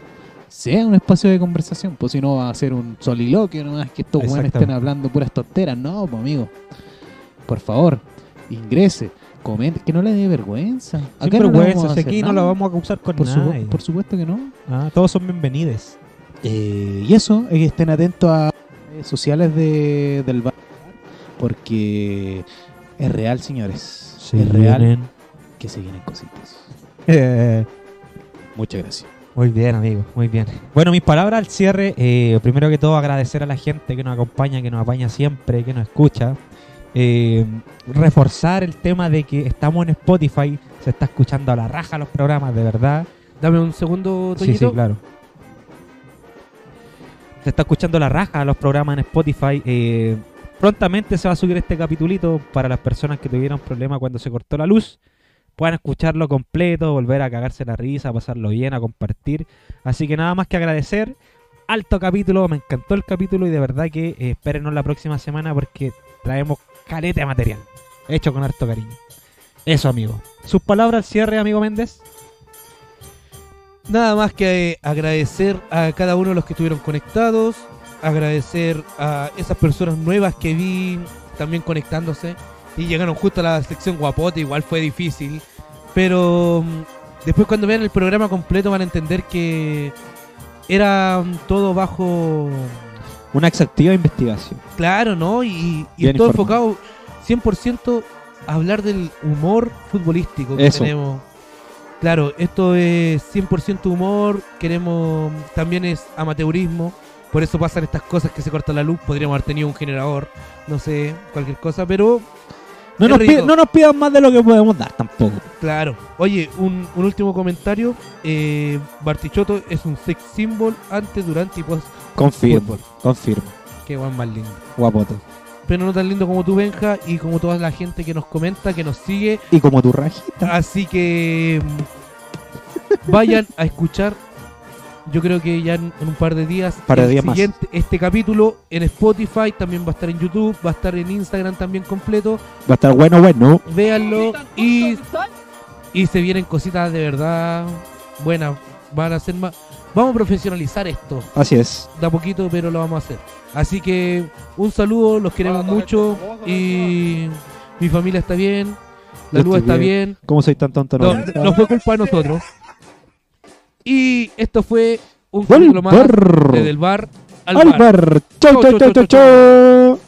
D: sea un espacio de conversación, pues si no va a ser un soliloquio nomás que estos buenos estén
A: Exactamente.
D: hablando puras tonteras, no, pues amigo. Por favor, ingrese, comente, que no le dé vergüenza. Acá
A: Sin
D: no le vamos a
A: vergüenzas,
D: hacer
A: aquí no
D: nada.
A: lo vamos a causar con
D: por, supu-
A: nadie.
D: por supuesto que no.
A: Ah, todos son bienvenidos.
D: Eh, y eso, eh, estén atentos a las redes sociales de, del bar, porque es real, señores. es real que se vienen cositas.
A: Eh,
D: Muchas gracias.
A: muy bien, amigo, muy bien. Bueno, mis palabras al cierre. eh, primero que todo, agradecer a la gente que nos acompaña, que nos apaña siempre, que nos escucha. Eh, reforzar el tema de que estamos en Spotify, se está escuchando a la raja los programas, de verdad.
C: Dame un segundo,
A: Sí,
C: Toñito.
A: sí, claro. Se está escuchando la raja los programas en Spotify. eh, prontamente se va a subir este capitulito para las personas que tuvieron problema cuando se cortó la luz. Puedan escucharlo completo, volver a cagarse la risa, a pasarlo bien, a compartir. Así que nada más que agradecer. Alto capítulo, me encantó el capítulo y de verdad que eh, espérenos la próxima semana porque traemos caleta de material. Hecho con harto cariño. Eso, amigo. Sus palabras al cierre, amigo Méndez.
C: Nada más que eh, agradecer a cada uno de los que estuvieron conectados, agradecer a esas personas nuevas que vi también conectándose y llegaron justo a la sección guapote, igual fue difícil, pero mm, después cuando vean el programa completo van a entender que era mm, todo bajo,
A: Una exactiva investigación.
C: claro, ¿no? Y, y
A: Bien
C: todo
A: informado.
C: enfocado 100% a hablar del humor futbolístico que
A: Eso.
C: tenemos. Claro, esto es 100% humor, queremos también es amateurismo, por eso pasan estas cosas que se corta la luz, podríamos haber tenido un generador, no sé, cualquier cosa, pero
A: No
C: Qué
A: nos, pi-
C: rico.
A: no nos pidan más de lo que podemos dar tampoco.
C: claro. Oye, un, un último comentario, eh, Bartichotto es un sex symbol antes, durante y post
A: Confirmo,
C: fútbol.
A: confirmo.
C: Qué guan más lindo.
A: Guapoto.
C: Pero no tan lindo como tú, Benja, y como toda la gente que nos comenta, que nos sigue,
A: Y como tu rajita.
C: Así que mm, vayan a escuchar. Yo creo que ya en en un par de días,
A: Par de
C: el
A: días más.
C: siguiente- este capítulo en Spotify, también va a estar en YouTube, va a estar en Instagram también completo.
A: Va a estar bueno, bueno.
C: Véanlo y, y se vienen cositas de verdad buenas. Van a ser más. Vamos a profesionalizar esto
A: Así es.
C: de a poquito, pero lo vamos a hacer. Así que un saludo, los queremos mucho y mi familia está bien, la
A: Yo
C: luz
A: estoy
C: está
A: bien.
C: bien.
A: ¿Cómo soy tan tonto?
C: No,
A: No.
C: no fue culpa de nosotros. Y esto fue un
A: Del
C: capítulo más
A: bar.
C: desde el bar al
A: Al
C: bar.
A: bar. Chau, chau,
C: Chau, chau,
A: chau, chau,
C: chau,
A: chau.